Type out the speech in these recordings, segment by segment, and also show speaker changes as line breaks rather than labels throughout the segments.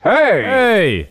Hey!
Hey!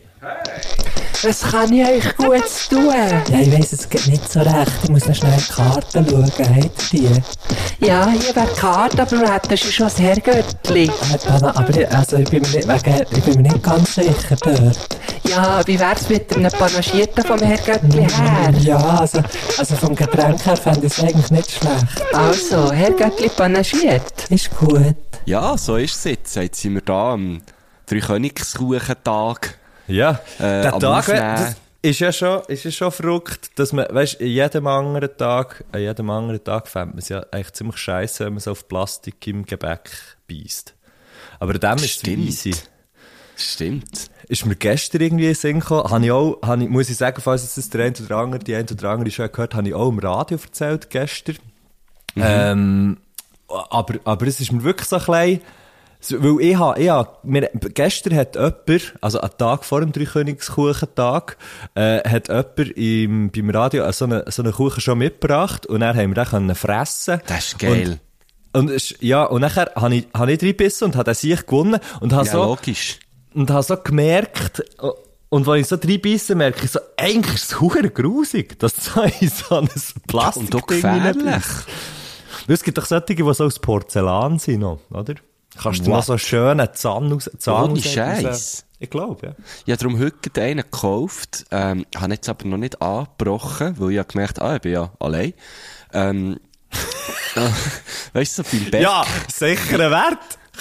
Was kann ich euch Gutes tun?
Ja, ich weiss, es geht nicht so recht. Ich muss noch schnell die Karten schauen. Habt ihr die?
Ja, hier wäre die Karte, aber das ist schon das Herrgöttli.
Ah, Dana, aber ich, also ich, bin mir nicht, wegen, ich bin mir nicht ganz sicher dort.
Ja, wie wär's mit einem Panagierten vom Herrgöttli her?
Ja, also, also vom Getränk her fände ich es eigentlich nicht schlecht.
Also, Herrgöttli panagiert.
Ist gut.
Ja, so ist es jetzt. Jetzt sind wir da am Dreikönigskuchentag.
Ja,
Äh,
der
am
Tag we-
Aufnehmen.
das ist ja schon, ist ja schon verrückt, dass man, weißt, an jedem anderen Tag, an jedem anderen Tag fängt man es ja eigentlich ziemlich scheiße, wenn man so auf Plastik im Gebäck beißt. Aber dem ist es
Stimmt.
easy.
Stimmt.
Ist mir gestern irgendwie in den Sinn gekommen, habe ich auch, habe ich, muss ich sagen, falls jetzt das der eine oder andere, die eine oder andere schon gehört, habe ich auch im Radio erzählt gestern.
Mhm.
Ähm, aber, aber es ist mir wirklich so klein, weil ich habe, ich habe, mir, gestern hat jemand, also einen Tag vor dem Dreikönigskuchentag, äh, hat jemand im, beim Radio so einen, so einen Kuchen schon mitgebracht und dann haben wir den können fressen.
Das ist geil.
Und, und es- ja, und nachher habe ich, habe ich drei Bissen und habe den Sieg gewonnen und habe
ja,
so,
logisch.
und habe so gemerkt, und wenn ich so drei beiße, merke ich so, eigentlich ist es hure grusig, dass du so in so ein Plastik
Und auch gefährlich.
Es gibt doch solche, die so aus Porzellan sind, noch, oder? Kannst du
What?
noch so einen schönen Zahn aus... Zahn
Ohne
aus- aus-
Scheiss.
Ich glaube, ja.
Ich habe darum heute einen gekauft, ähm, habe jetzt aber noch nicht angebrochen, weil ich habe gemerkt, ah, ich bin ja allein. Ähm, äh, weißt du, so beim Bäck,
Ja, sicherer Wert!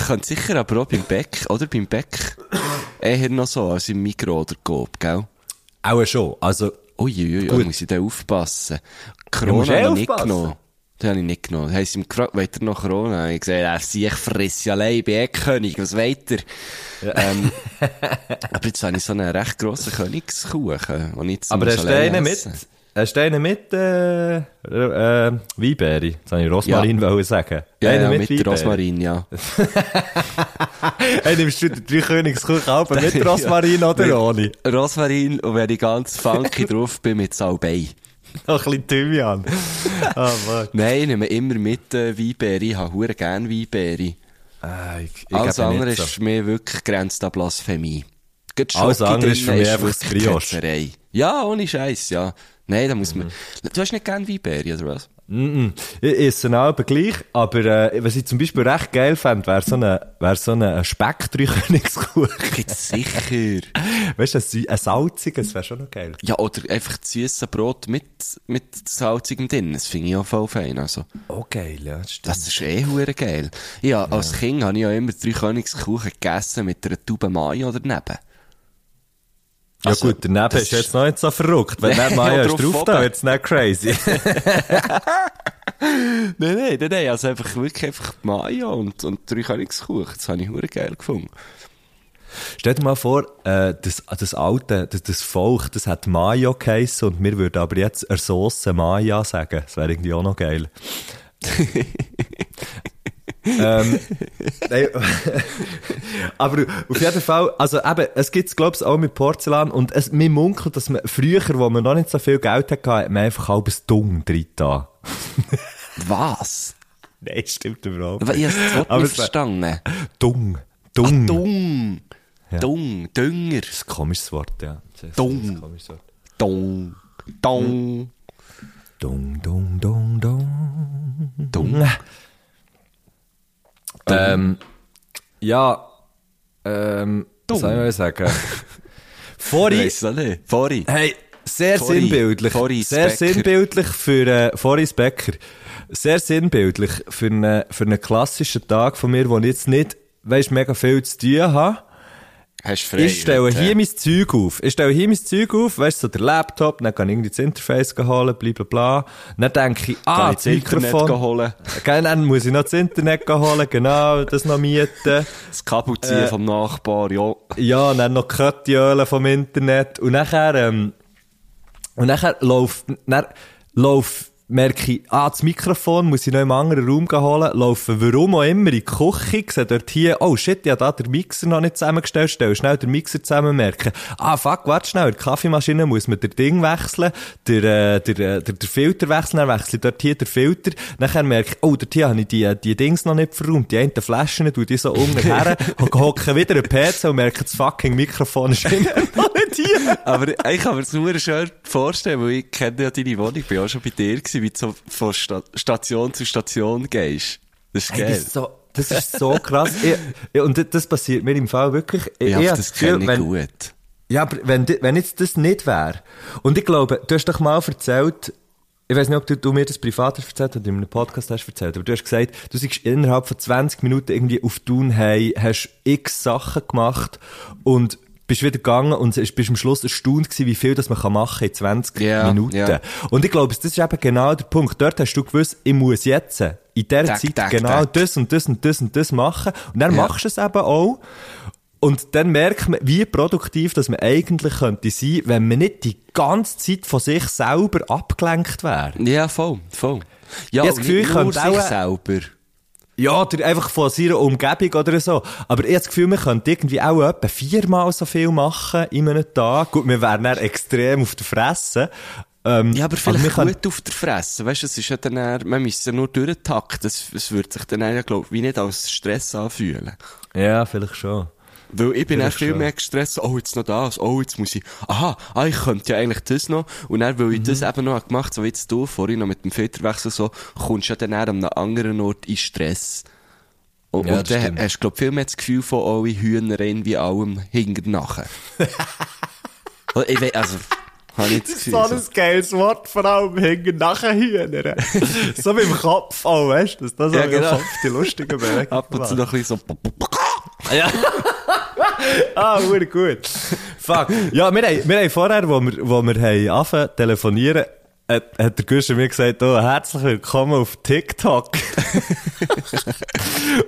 könnte sicher aber auch beim Bäck, oder? Beim Bäck eher noch so als im Mikro oder Coop, gell?
Auch schon, also...
Uiuiui,
Gut.
muss ich da aufpassen.
musst eh
Corona habe ich nicht
aufpassen.
genommen. Das habe ich nicht genommen. Haben sie ihm gefragt, wollt ihr noch Corona? Ich gesagt, er sieh, ich fresse allein, ich bin eh König, was wollt ihr? Ähm, aber jetzt habe ich so einen recht grossen Königskuchen, den ich jetzt
Aber
muss
hast du
allein
einen mit...
essen.
Hast du einen mit, äh, äh, Weinbeere? Jetzt wollte ich Rosmarin wollen sagen.
Ja,
einen
ja, mit,
Weinbeere.
Rosmarin, ja.
Hey, nimmst du den Dreikönigskuchen auch mit Rosmarin
Mit
oder ohne?
Rosmarin, und wenn ich ganz funky drauf bin, mit Salbei.
Noch ein bisschen Thymian. Ah, Mann.
Nein, ich nehme immer mit äh, Weinbeere, ich habe verdammt gerne Weinbeere.
Äh, ich, ich
Alles
gebe nicht
andere
so.
ist mir wirklich grenzt an Blasphemie. Gerade
Alles
Schoki
andere ist für
drin
mich einfach das
wirklich
Brioche.
Ketzerei. Ja, ohne Scheiß, ja. Nein, da muss man. Du hast nicht gern Weinbeere, oder was?
Mm-mm. Mm, Ich esse ihn aber gleich, aber äh, was ich zum Beispiel recht geil fände, wäre so ein wär so ein Speck-Dreikönigskuchen.
Gibt's sicher.
weißt du, ein, sü- ein salziges wäre schon noch geil.
ja, oder einfach süßes Brot mit, mit salzigem drin. Das finde ich auch voll fein. Also,
Oh, geil, ja, das stimmt.
das ist eh hure geil. Ja, als Kind habe ich ja immer drei Königskuchen gegessen mit einer Tube Mayo daneben.
Ja gut, daneben
das
Also, ist jetzt noch nicht so verrückt. Wenn
Nee,
der Mayo
ja,
ist
drauf
drauf da,
oben.
wird's nicht crazy.
Nein, nein, nein, nein. Also einfach wirklich einfach Mayo und, und drei Königskuchen. Das habe ich hure geil gefunden.
Stell dir mal vor, äh, das, das alte, das, das Volk, das hat Mayo geheissen und wir würden aber jetzt Ersauce Maya sagen. Das wäre irgendwie auch noch geil. ähm, nein, aber auf jeden Fall, also eben, es gibt es glaube ich auch mit Porzellan und es, mir munkelt, dass man früher, wo man noch nicht so viel Geld hatte, hat man einfach halbes Dung drin da.
Was?
Nein, stimmt überhaupt
Aber ich habe das Wort
Aber
nicht
es wär-
verstanden.
Dung. Dung.
Dung. Dung. Dünger.
Das ist ein komisches Wort, ja. Das ist- Das ist
Dung.
ein komisches Wort.
Dung. Dung.
Dung, dung, dung, dung.
Dung.
Eh. Ähm, ja, ähm, was soll ich mal sagen? Vorhin,
Weiss auch nicht. Vorhin.
hey, sehr
Vorhin.
sinnbildlich,
Vorhin
sehr
Specker.
sinnbildlich für, äh, Vorris Becker, sehr sinnbildlich für einen, für einen klassischen Tag von mir, wo ich jetzt nicht, weisst, mega viel zu tun habe.
Hast du frei.
Ich stelle
heute.
hier mein Zeug auf. Ich stelle hier mein Zeug auf, weißt du, so der Laptop, dann kann ich irgendwie das Interface holen, bla bla bla. Dann denke ich, ah,
ich
das
das Internet
Mikrofon.
holen?
Gell, dann muss ich noch das Internet holen, genau, das noch mieten.
Das Kabel ziehen
Äh.
vom Nachbar, ja.
Ja, und dann noch Köttjöle vom Internet. Und nachher, ähm, und nachher läuft, dann läuft merke ich, ah, das Mikrofon muss ich noch im anderen Raum gehen holen, laufe warum auch immer in die Küche, sehe dort hier, oh shit, ja, da der Mixer noch nicht zusammengestellt, stelle schnell den Mixer zusammen, merke, ah, fuck, warte schnell, in der Kaffeemaschine muss man der Ding wechseln, der, äh, der, äh, der, der Filter wechseln, dann wechsle ich dort hier den Filter, nachher merke ich, oh, dort hier habe ich die, die Dings noch nicht verräumt, die einen Flaschen, tue die so unten her, hocke wieder einen PC und merke, das fucking Mikrofon ist immer noch nicht hier.
Aber ich kann mir das nur schön vorstellen, weil ich kenne ja deine Wohnung, ich bin auch schon bei dir gewesen, wie du so von Sta Station zu Station gehst. Das ist
Ey,
geil.
das, ist so, das ist so krass. Ich, ja, und das- das passiert mir im Fall wirklich. Ich,
ja,
ich hab
das
Gefühl,
kenne ich
wenn,
gut.
Ja, aber wenn, di- wenn jetzt das nicht wäre. Und ich glaube, du hast doch mal erzählt, ich weiß nicht, ob du, du mir das privat hast erzählt oder in einem Podcast hast erzählt, aber du hast gesagt, du seist innerhalb von 20 Minuten irgendwie auf Tun hey, hast x Sachen gemacht und bist wieder gegangen und es- bist am Schluss erstaunt gewesen, wie viel das man kann machen in 20
Ja,
Minuten.
ja.
Und ich glaube, das ist eben genau der Punkt. Dort hast du gewusst, ich muss jetzt in der
Tack,
Zeit
tack,
genau
tack.
das und das und das und das machen. Und dann
Ja.
machst du es eben auch. Und dann merkt man, wie produktiv das man eigentlich könnte sein, wenn man nicht die ganze Zeit von sich selber abgelenkt wäre.
Ja, voll, voll.
Ich
Ja,
hab das
und
Gefühl,
nicht
ich
nur
könnte
sich
auch-
selber.
Ja, oder einfach von seiner Umgebung oder so. Aber ich habe das Gefühl, man könnte irgendwie auch etwa viermal so viel machen in einem Tag. Gut, wir wären dann extrem auf der Fresse. Ähm,
Ja, aber
wir
vielleicht
können-
gut auf der Fresse. Weißt du, es ist ja dann eher, man müsste ja nur durchtakten. Es, es würde sich dann eher, glaub ich, wie nicht als Stress anfühlen.
Ja, vielleicht schon.
Weil ich bin
Ja,
auch viel
schon.
mehr gestresst, so, oh, jetzt noch das, oh, jetzt muss ich, aha, ah, ich könnte ja eigentlich das noch. Und dann, weil ich
Mhm.
das eben noch gemacht habe, so wie jetzt du vorhin noch mit dem Filterwechsel so, kommst du ja dann eher an einem anderen Ort in Stress. Und,
Ja, das
und dann
stimmt.
hast du, glaub ich, viel mehr das Gefühl von, oh, ich Hühnerin wie allem hinten nachher. Also, ich wei- also, habe ich das Gefühl. so.
geiles Wort, vor allem hängen nachher Hühner. so mit dem Kopf auch, weißt du? Das
Ja, genau.
die lustigen Bemerkungen.
Ab und zu noch ein bisschen so,
Ah, sehr gut. Fuck. Ja, wir haben, wir haben vorher, wo wir, wo wir haben angefangen zu telefonieren, hat, hat der Guschen mir gesagt, oh, herzlich willkommen auf TikTok.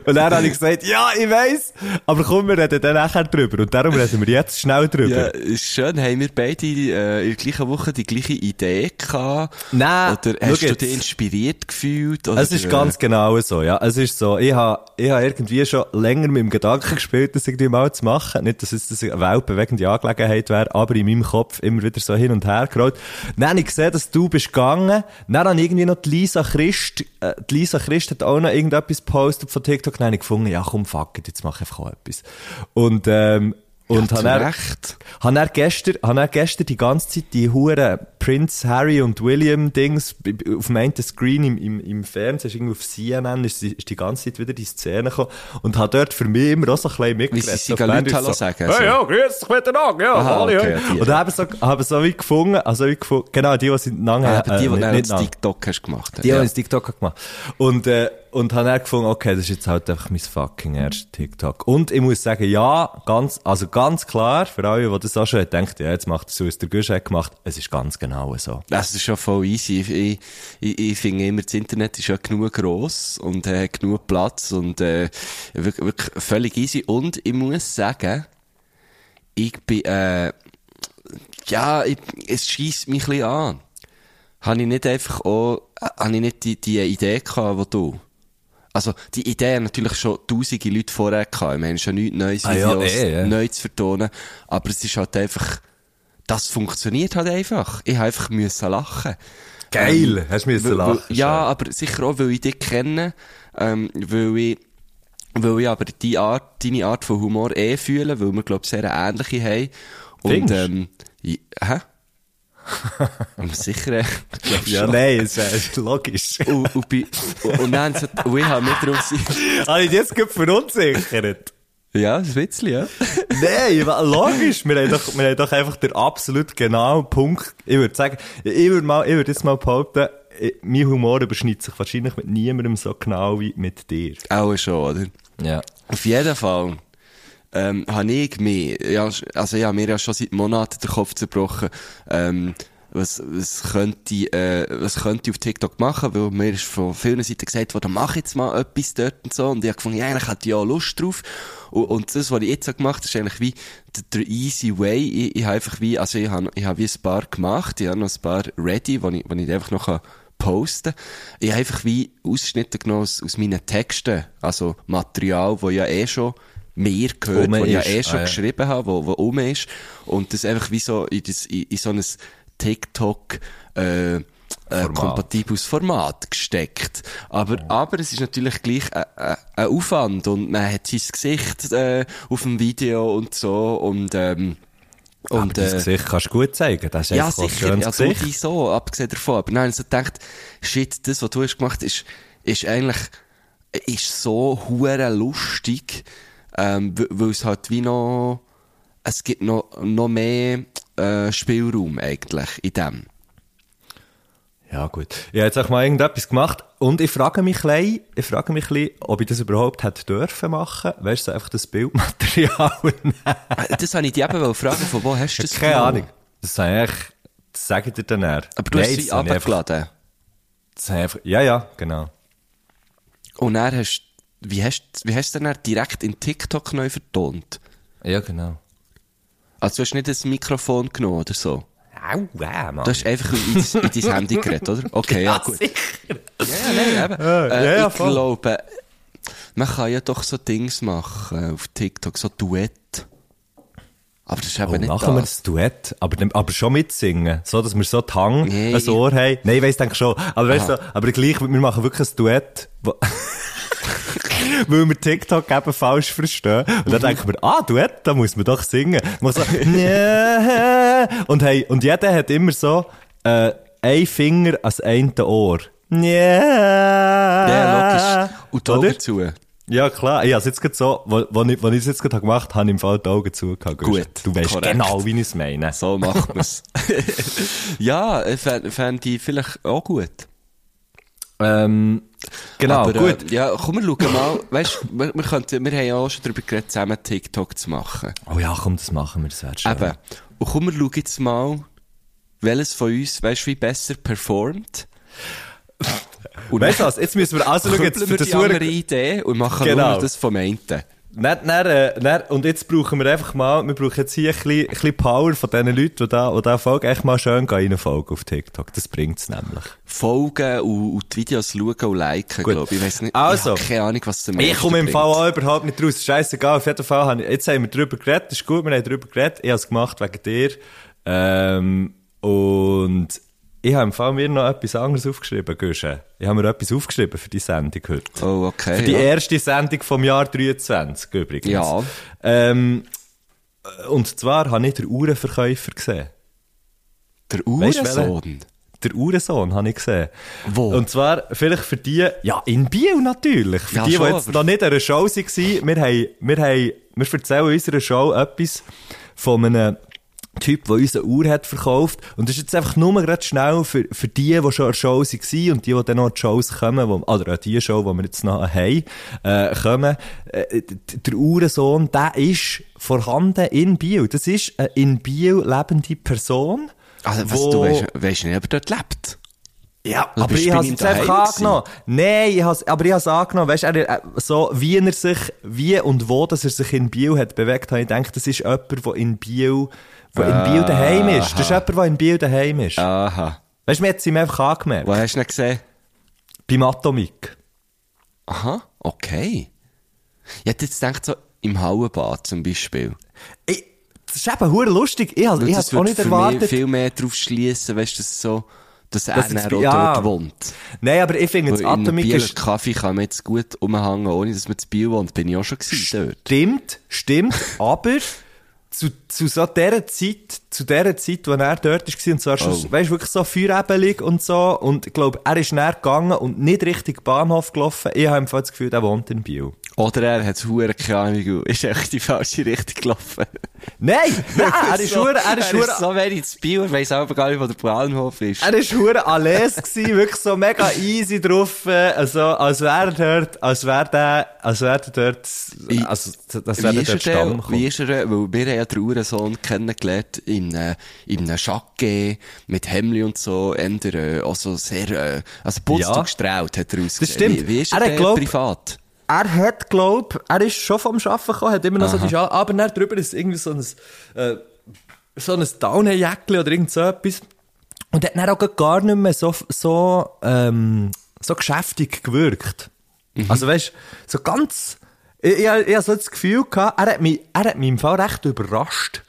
und dann habe ich gesagt, ja, ich weiss, aber komm, wir reden dann nachher drüber. Und darum reden wir jetzt schnell
Ja,
drüber.
ist schön. Haben wir beide äh, in der gleichen Woche die gleiche Idee gehabt?
Nein,
Oder
schau
hast du
jetzt.
dich inspiriert gefühlt? Oder, äh,
Es ist ganz genau so, ja. Es ist so. Ich habe ich ha irgendwie schon länger mit dem Gedanken gespielt, das irgendwie mal zu machen. Nicht, dass es das eine weltbewegende Angelegenheit wäre, aber in meinem Kopf immer wieder so hin und her gerollt. Dann habe ich gesehen, dass du bist gegangen. Dann habe ich irgendwie noch die Lisa Christ, äh, die Lisa Christ hat auch noch irgendetwas gepostet von TikTok. Dann habe ich gefunden, ja komm, fuck it, jetzt mache ich einfach auch etwas. Und, ähm, und
Ja,
habe
zu
dann-
Recht.
habe er gestern, habe er gestern die ganze Zeit die hure Prince Harry und William Dings b- b- auf meinem Screen im, im, im Fernsehen, ist irgendwie auf CNN, ist, die- ist die ganze Zeit wieder die Szene gekommen und habe dort für mich immer auch so ein bisschen mitgeredet.
Wie sie
Auf
Leute
Bandit
Hallo
so,
sagen, so.
Hey, ja, grüß dich miteinander, ja,
Aha,
hallo. ja.»
okay, die,
und habe so, habe so wie gefunden, also wie gefunden, genau, die, die sind lange,
Ja, aber die, die
äh, nicht-
dann
nicht
das
lang.
TikTok hast gemacht hast.
Die
ja.
haben uns TikTok gemacht. Und, äh, und haben dann gefunden, okay, das ist jetzt halt einfach mein fucking erster TikTok. Und ich muss sagen, ja, ganz, also ganz klar, für alle, die das auch schon denkt, ja, jetzt macht er so, was der Gusch hat gemacht, es ist ganz genau so.
Das ist schon voll easy. Ich, ich, ich, ich finde immer, das Internet ist ja genug gross und äh, hat genug Platz und äh, wirklich, wirklich völlig easy. Und ich muss sagen, ich bin, äh, ja, ich, es schießt mich ein bisschen an. Habe ich nicht einfach auch, äh, habe ich nicht die, die Idee gehabt, die du? Also, die Idee haben natürlich schon tausende Leute vorher gehabt. Wir haben schon nichts Neues,
Ah ja,
Videos,
eh, ja.
neu zu vertonen. Aber es ist halt einfach, das funktioniert halt einfach. Ich habe einfach müssen lachen.
Geil, hast du
weil-
müssen lachen,
weil- Ja, aber sicher auch, weil ich dich kenne, ähm, weil ich, weil ich aber die Art, deine Art von Humor eh fühle, weil wir, glaube ich, sehr eine ähnliche haben. Und,
Findest du?
ähm, ja, hä? Aber sicher, äh, ich glaub
Ja,
schon.
nein, es äh, ist logisch.
Und, und, bei, und, und dann, haben sie- und ich habe mich darauf,
Habe ich dich jetzt gerade verunsichert?
ja, ein bisschen, ja.
Nein, wa- logisch. Wir haben, doch, wir haben doch einfach den absolut genauen Punkt. Ich würde sagen, ich würde, mal, ich würde jetzt mal behaupten, ich- mein Humor überschneidet sich wahrscheinlich mit niemandem so genau wie mit dir.
Auch schon, oder?
Ja.
Auf jeden Fall ähm, habe ich mir, ja, also ich habe mir ja schon seit Monaten den Kopf zerbrochen, ähm, was, was, könnte, ich, äh, was könnte ich auf TikTok machen, weil mir ist von vielen Seiten gesagt worden, mach jetzt mal etwas dort und so. Und ich habe gefunden, ja, eigentlich hätte ich auch Lust drauf. Und, und das, was ich jetzt habe gemacht habe, ist eigentlich wie der, der easy way. Ich, ich habe einfach wie, also ich habe, ich habe wie ein paar gemacht, ich habe noch ein paar ready, die ich, wo ich einfach noch kann posten. Ich habe einfach wie Ausschnitte genommen aus, aus meinen Texten, also Material, wo ja eh schon mir gehört,
Um
wo ich ja
ist.
eh schon
Ah, ja.
geschrieben habe, wo, wo um ist. Und das einfach wie so in, das, in, in so ein TikTok, äh, äh,
Format.
kompatibles Format gesteckt. Aber, aber es ist natürlich gleich ein, ein, ein Aufwand und man hat sein Gesicht äh, auf dem Video und so und ähm,
Und
und
das
äh,
Gesicht kannst du gut zeigen. Das ist
ja
einfach ein
sicher,
schönes
ja so
Gesicht.
die so abgesehen davon. Aber nein, also, ich so gedacht, shit, das was du hast gemacht, ist ist eigentlich ist so hure lustig, ähm, w- weil es halt wie noch es gibt noch noch mehr äh, Spielraum eigentlich in dem.
Ja, gut. Ich habe jetzt auch mal irgendetwas gemacht und ich frage mich klein, ich frage mich klein, ob ich das überhaupt hätte dürfen machen. Weißt du, so einfach das Bildmaterial nehmen.
Äh, Das habe ich dich eben wollen fragen, von wo hast du das
Keine
genommen?
Ahnung. Das habe ich, echt- das sage ich dir dann eher.
Aber du hast sie
das habe ich einfach,
abgeladen.
das habe ich einfach, ja, ja, genau.
Und dann hast wie hast wie hast du denn dann direkt in TikTok neu vertont?
Ja, genau.
Also du hast nicht das Mikrofon genommen oder so?
Au, wow, Mann.
Du hast einfach in, in, in dein Handy geredet, oder? Okay, ja, gut. Ja, nein, eben.
Ja,
Äh,
ja, ja,
ich
voll.
glaube, man kann ja doch so Dings machen äh, auf TikTok, so Duett. Aber das ist eben
Und
nicht
nachher Oh, wir
das.
das Duett, aber, dem- aber schon mitsingen, so dass wir so die Hang,
Nee.
ein Ohr haben. Nein, ich weiss, denke schon. Aber weißt du, aber gleich, wir machen wirklich ein Duett, wo- weil wir TikTok eben falsch verstehen. Und
Mhm.
dann denken wir, ah, Duett, da muss man doch singen. Man so, nee. und hey, und jeder hat immer so, äh, ein Finger ans eine Ohr. Nee.
Ja,
Ah.
logisch. Und die
Oder?
Augen zu.
Ja, klar. Ich hab's jetzt grad so, wo, wo ich, wo ich es jetzt gerade gemacht habe, habe ich im Fall die Augen zugehört.
Gut,
Du weißt
korrekt.
genau, wie ich es meine.
So macht man es. dus. ja, äh, fä- fände ich vielleicht auch gut.
Ähm, genau,
Aber,
gut.
Äh, ja, komm, wir schauen mal. Weißt, wir, wir, könnten, wir haben ja auch schon darüber geredet, zusammen TikTok zu machen.
oh ja, komm, das machen wir, das wär schön.
Eben. Und komm, wir schauen jetzt mal, welches von uns, weißt du, wie besser performt. Und
Weißt du was, jetzt müssen wir also schauen,
Küppeln
jetzt
wir die
versuchen-
andere Idee und machen
Genau.
nur das vom einen.
Dann, dann, äh, dann, und jetzt brauchen wir einfach mal, wir brauchen jetzt hier ein bisschen, ein bisschen Power von diesen Leuten, die da, die da folgen, echt mal schön gehen reinfolgen auf TikTok. Das bringt's nämlich.
Folgen und, und die Videos schauen und liken,
Gut.
glaube ich. Ich weiss nicht,
Also.
ich hab keine Ahnung, was der
Ich komme im
bringt.
Fall auch überhaupt nicht raus. Scheißegal, auf jeden Fall. Habe ich, jetzt haben wir drüber geredet, ist gut, wir haben drüber geredet. Ich habe es gemacht wegen dir. Ähm, und ich habe im Fall mir noch etwas anderes aufgeschrieben, Gusche. Ich habe mir etwas aufgeschrieben für die Sendung heute.
Oh, okay.
für die
ja.
erste Sendung vom Jahr 23 übrigens.
Ja.
Ähm, und zwar habe ich den Uhrenverkäufer gesehen.
Der
Weißt du,
Uhrensohn.
Der Uhrensohn habe ich gesehen.
Wo?
Und zwar vielleicht für die, ja, in Biel natürlich. Für
Ja,
die,
schon,
die jetzt
aber-
noch nicht an einer Show waren, wir, haben, wir, haben, wir erzählen in unserer Show etwas von einem Typ, der uns eine Uhr hat verkauft. Und das ist jetzt einfach nur gerade schnell für, für die, die schon an der Show waren und die, die dann noch an die Shows kommen, wo, oder an die Show, die wir jetzt noch haben, äh, kommen. Äh, d- d- der Uhrensohn, der ist vorhanden in Biel. Das ist eine in Biel lebende Person.
Also, was,
wo-
du weißt, weißt nicht, ob er dort lebt.
ja,
Also
aber ich
bist du bei
habe
ihm
es
daheim
einfach
gewesen?
angenommen. Nein, ich has, aber ich habe es angenommen. Weißt du, er, äh, so, wie er sich, wie und wo dass er sich in Biel hat bewegt hat, ich denke, das ist jemand, der in Biel, der in
Äh,
Biel daheim ist. Das ist jemand, der in Biel daheim ist.
Aha.
Weißt du, mir hat es ihm einfach angemerkt.
Wo hast du ihn gesehen?
Beim Atomik.
Aha, okay. Ich hätte jetzt gedacht, so im Hallenbad zum Beispiel.
Ich, das ist eben hure lustig. Ich habe
Weil
ich
das
has auch
würde
nicht
für mich
erwartet.
viel mehr darauf schliessen, weißt du, dass so, dass er
Dass
dann
jetzt
auch
bei- ja.
dort wohnt.
Nein, aber ich finde,
Weil
das
in einem
Atomik
Bieler
ist,
Kaffee kann man jetzt gut umhängen, ohne dass man zu Biel wohnt. Bin ich auch schon gewesen dort.
Stimmt, stimmt, aber zu, zu so dieser Zeit, zu dieser Zeit, wo er dort war, und zwar schon,
Oh.
weißt, wirklich so feuerebelig und so, und ich glaube, er ist näher gegangen und nicht richtig Bahnhof gelaufen. Ich habe im Fall das Gefühl, er wohnt in Biel.
Oder er hat hure keine Ahnung, und ist echt die falsche Richtung gelaufen.
Nein! nein er ist
so,
hure, er ist hure,
so wenig zu Biel, er weiss aber gar nicht, wo der Bahnhof ist.
er ist hure alles gewesen, wirklich so mega easy drauf, äh, also, als wäre er dort, als wäre der, als wäre der dort,
Ich-
also, als
wie
wäre der
ist er
dort
denn,
Stamm
wie ist er denn, weil wir haben ja den Uhrensohn kennengelernt in, äh, in einem Jacke mit Hemli und so, änder, äh, also sehr, äh, also putzt
Ja.
und gestrahlt hat er ausgesehen.
stimmt.
Wie, wie ist
Er
er,
hat
denn
glaub-
privat?
er hat, glaub, er ist schon vom Arbeiten gekommen, hat immer noch so die Schale, aber dann drüber ist irgendwie so ein, äh, so ein Downhand-Jäckchen oder irgend so etwas. Und hat dann auch gerade gar nicht mehr so, so, ähm, so geschäftig gewirkt. Also weißt so ganz, ich, ich, ich hab so das Gefühl gehabt, er hat mich, er hat mich im Fall recht überrascht.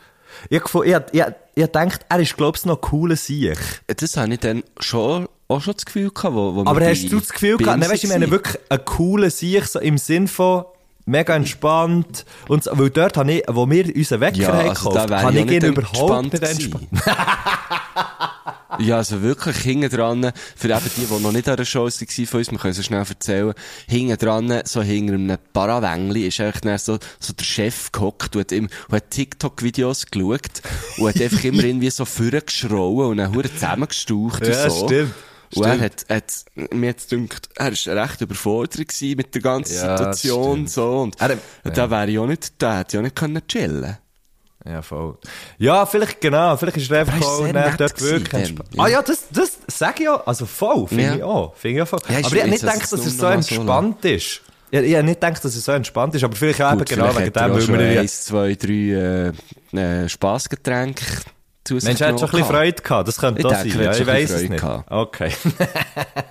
Ich, hab gefo- ich, hab- ich, hab- ich denkt, er ist, glaubst noch ein cooler Sieg.
Das habe ich dann schon, auch schon das Gefühl gehabt, wo, wo wir
Aber
bei-
hast du das Gefühl
bei
gehabt,
ihm
nein, weißt, ich
waren.
meine wirklich einen coolen Sieg, so im Sinn von, mega entspannt. Und so, weil dort habe ich, wo wir unseren Wecker
Ja,
haben
also da
gekauft,
wäre
habe
ich
ich
auch nicht
ihn überhaupt
entspannt
nicht
gewesen.
entspannt.
Ja, also wirklich hinten dran, für eben die, die noch nicht an der Show waren von uns, wir können es ja schnell erzählen, hinten dran, so hinter einem Parawängli, ist eigentlich dann so, so der Chef gehockt und hat, ihm, und hat TikTok-Videos geschaut und hat einfach immer irgendwie so vorgeschrauen und dann verdammt zusammengestaucht
Ja,
und so.
stimmt.
Und er hat, hat, mir jetzt dünkt, er ist recht überfordert gewesen mit der ganzen
Ja,
Situation,
stimmt.
so, und
Er-
da wäre ich auch nicht, da hätte ich auch nicht können chillen.
Ja, voll. Ja, vielleicht genau. Vielleicht ist er einfach
ist
auch
sehr
nicht
nett
dort
gewesen,
wirklich.
dann,
entspannt.
ja.
Ah ja, das, das sage ich auch. Also voll, finde
Ja.
ich auch. Finde ich auch voll.
Ja, ist-
aber ich habe nicht
jetzt
gedacht,
hast du
dass er
es
so
nur noch mal so
entspannt ist. Ich, ich habe nicht gedacht, dass er so entspannt ist, aber vielleicht auch eben genau wegen
vielleicht
dem,
hat er auch
weil wir
schon
ihn...
eins, zwei, drei äh, äh, Spassgetränke zu sich
Mensch, er hat schon ein bisschen
genommen
Freude gehabt, das könnte
Ich
auch
denke,
sein.
er
Ja,
hat
ich
schon ein
weiß
bisschen
es nicht.
Freude gehabt.
Okay.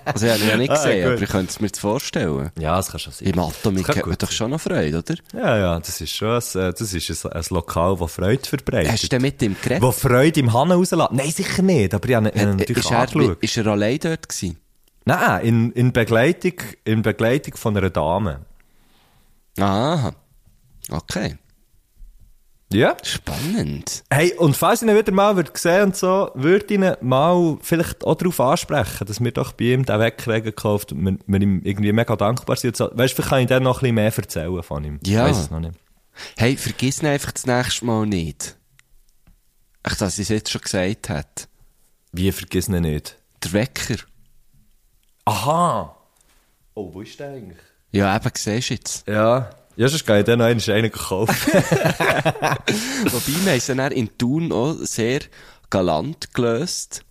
Also, ich habe ihn ja nicht
Ah,
gesehen,
gut.
aber ich könnte es mir jetzt vorstellen.
ja, das kann schon sein.
Im
Das
Atomik
kann
hat man
gut
doch schon noch Freude, oder?
Ja, ja, das ist schon ein, äh, das ist ein, ein Lokal, das Freude
Hast du
verbreitet.
denn mit ihm geredet?
Wo Freude im Hannen rauslässt? Nein, sicher nicht, aber ich habe ihn- ich habe ihn
Hat-
natürlich
ist, er,
angeschaut.
ist er allein dort gewesen?
Nein, in, in, Begleitung, in Begleitung von einer Dame.
Aha. Okay.
Ja.
Spannend.
Hey, und falls ich ihn wieder mal würde sehen und so, würde ich ihn mal vielleicht auch darauf ansprechen, dass wir doch bei ihm den Weckregen gekauft und wir, wir ihm irgendwie mega dankbar sind. und So, weißt du, vielleicht kann ich dann noch ein bisschen mehr erzählen von ihm.
Ja.
Ich weiß es noch nicht.
Hey, vergiss ihn einfach das nächste Mal nicht. Ach, dass ich es jetzt schon gesagt hat.
Wie vergessen ihn nicht?
Der Wecker.
Aha! Oh, wo ist der eigentlich?
Ja, eben, siehst du jetzt.
Ja. Ja, sonst kann ich dann noch einen einen gekauft.
Wobei, wir haben es dann auch in Thun auch sehr galant gelöst.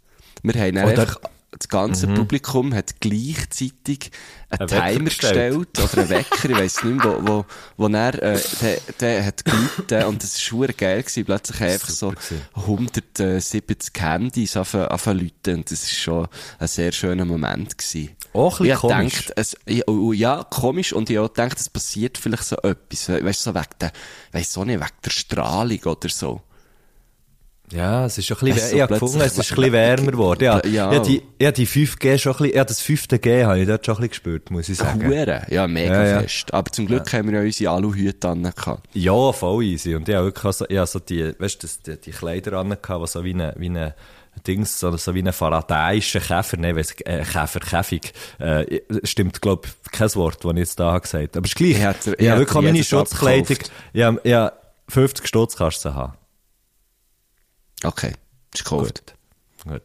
Wir haben dann
Oder- Mhm.
einfach, das ganze Publikum hat gleichzeitig einen
Einen Wecker
Timer gestellt.
gestellt.
oder einen Wecker, ich weiss nicht mehr, wo, wo, wo er, äh, der, der hat geläutet und das war verdammt geil gewesen. Plötzlich haben einfach so
Super gewesen.
170 Handys angefangen zu und das war schon ein sehr schöner Moment gewesen.
Auch ein bisschen
Ich hab
komisch.
gedacht, es, ja, oh, oh, ja, komisch. Und ich hab auch gedacht, es passiert vielleicht so etwas. we- Weißt du, so wegen der, weiss auch nicht, wegen der Strahlung oder so.
Ja, es ist schon ein bisschen,
Es ist
wär- ich
so
hab gefunden, es
plötzlich-
ist ein bisschen wärmer geworden. Ja,
Ja.
ja. Ich hab die, ich hab die 5G schon ein bisschen, ja, das 5G habe ich dort schon ein bisschen gespürt, muss ich sagen.
Huren. Ja, mega
Ja, ja.
fest. Aber zum Glück haben wir ja unsere Aluhüte an. gehabt.
Ja, voll easy. Und ich habe wirklich auch so, ich hab so die, weißt du, das- die, die Kleider an, die so wie eine, wie eine Dings, so, so wie ein faradaischer Käfer, nein, weiss, ich, äh, Käfer, Käfig, äh, ich- stimmt, glaub, kein Wort, das ich jetzt da habe gesagt habe. Aber ist gleich.
Ich hätte- ich
ich habe
hätte
wirklich auch meine
jedes
Schutzkleidung,
abgekauft.
ich habe, ich habe 50 Stutz kannst du sie haben.
Okay. Ist gekauft.
Gut.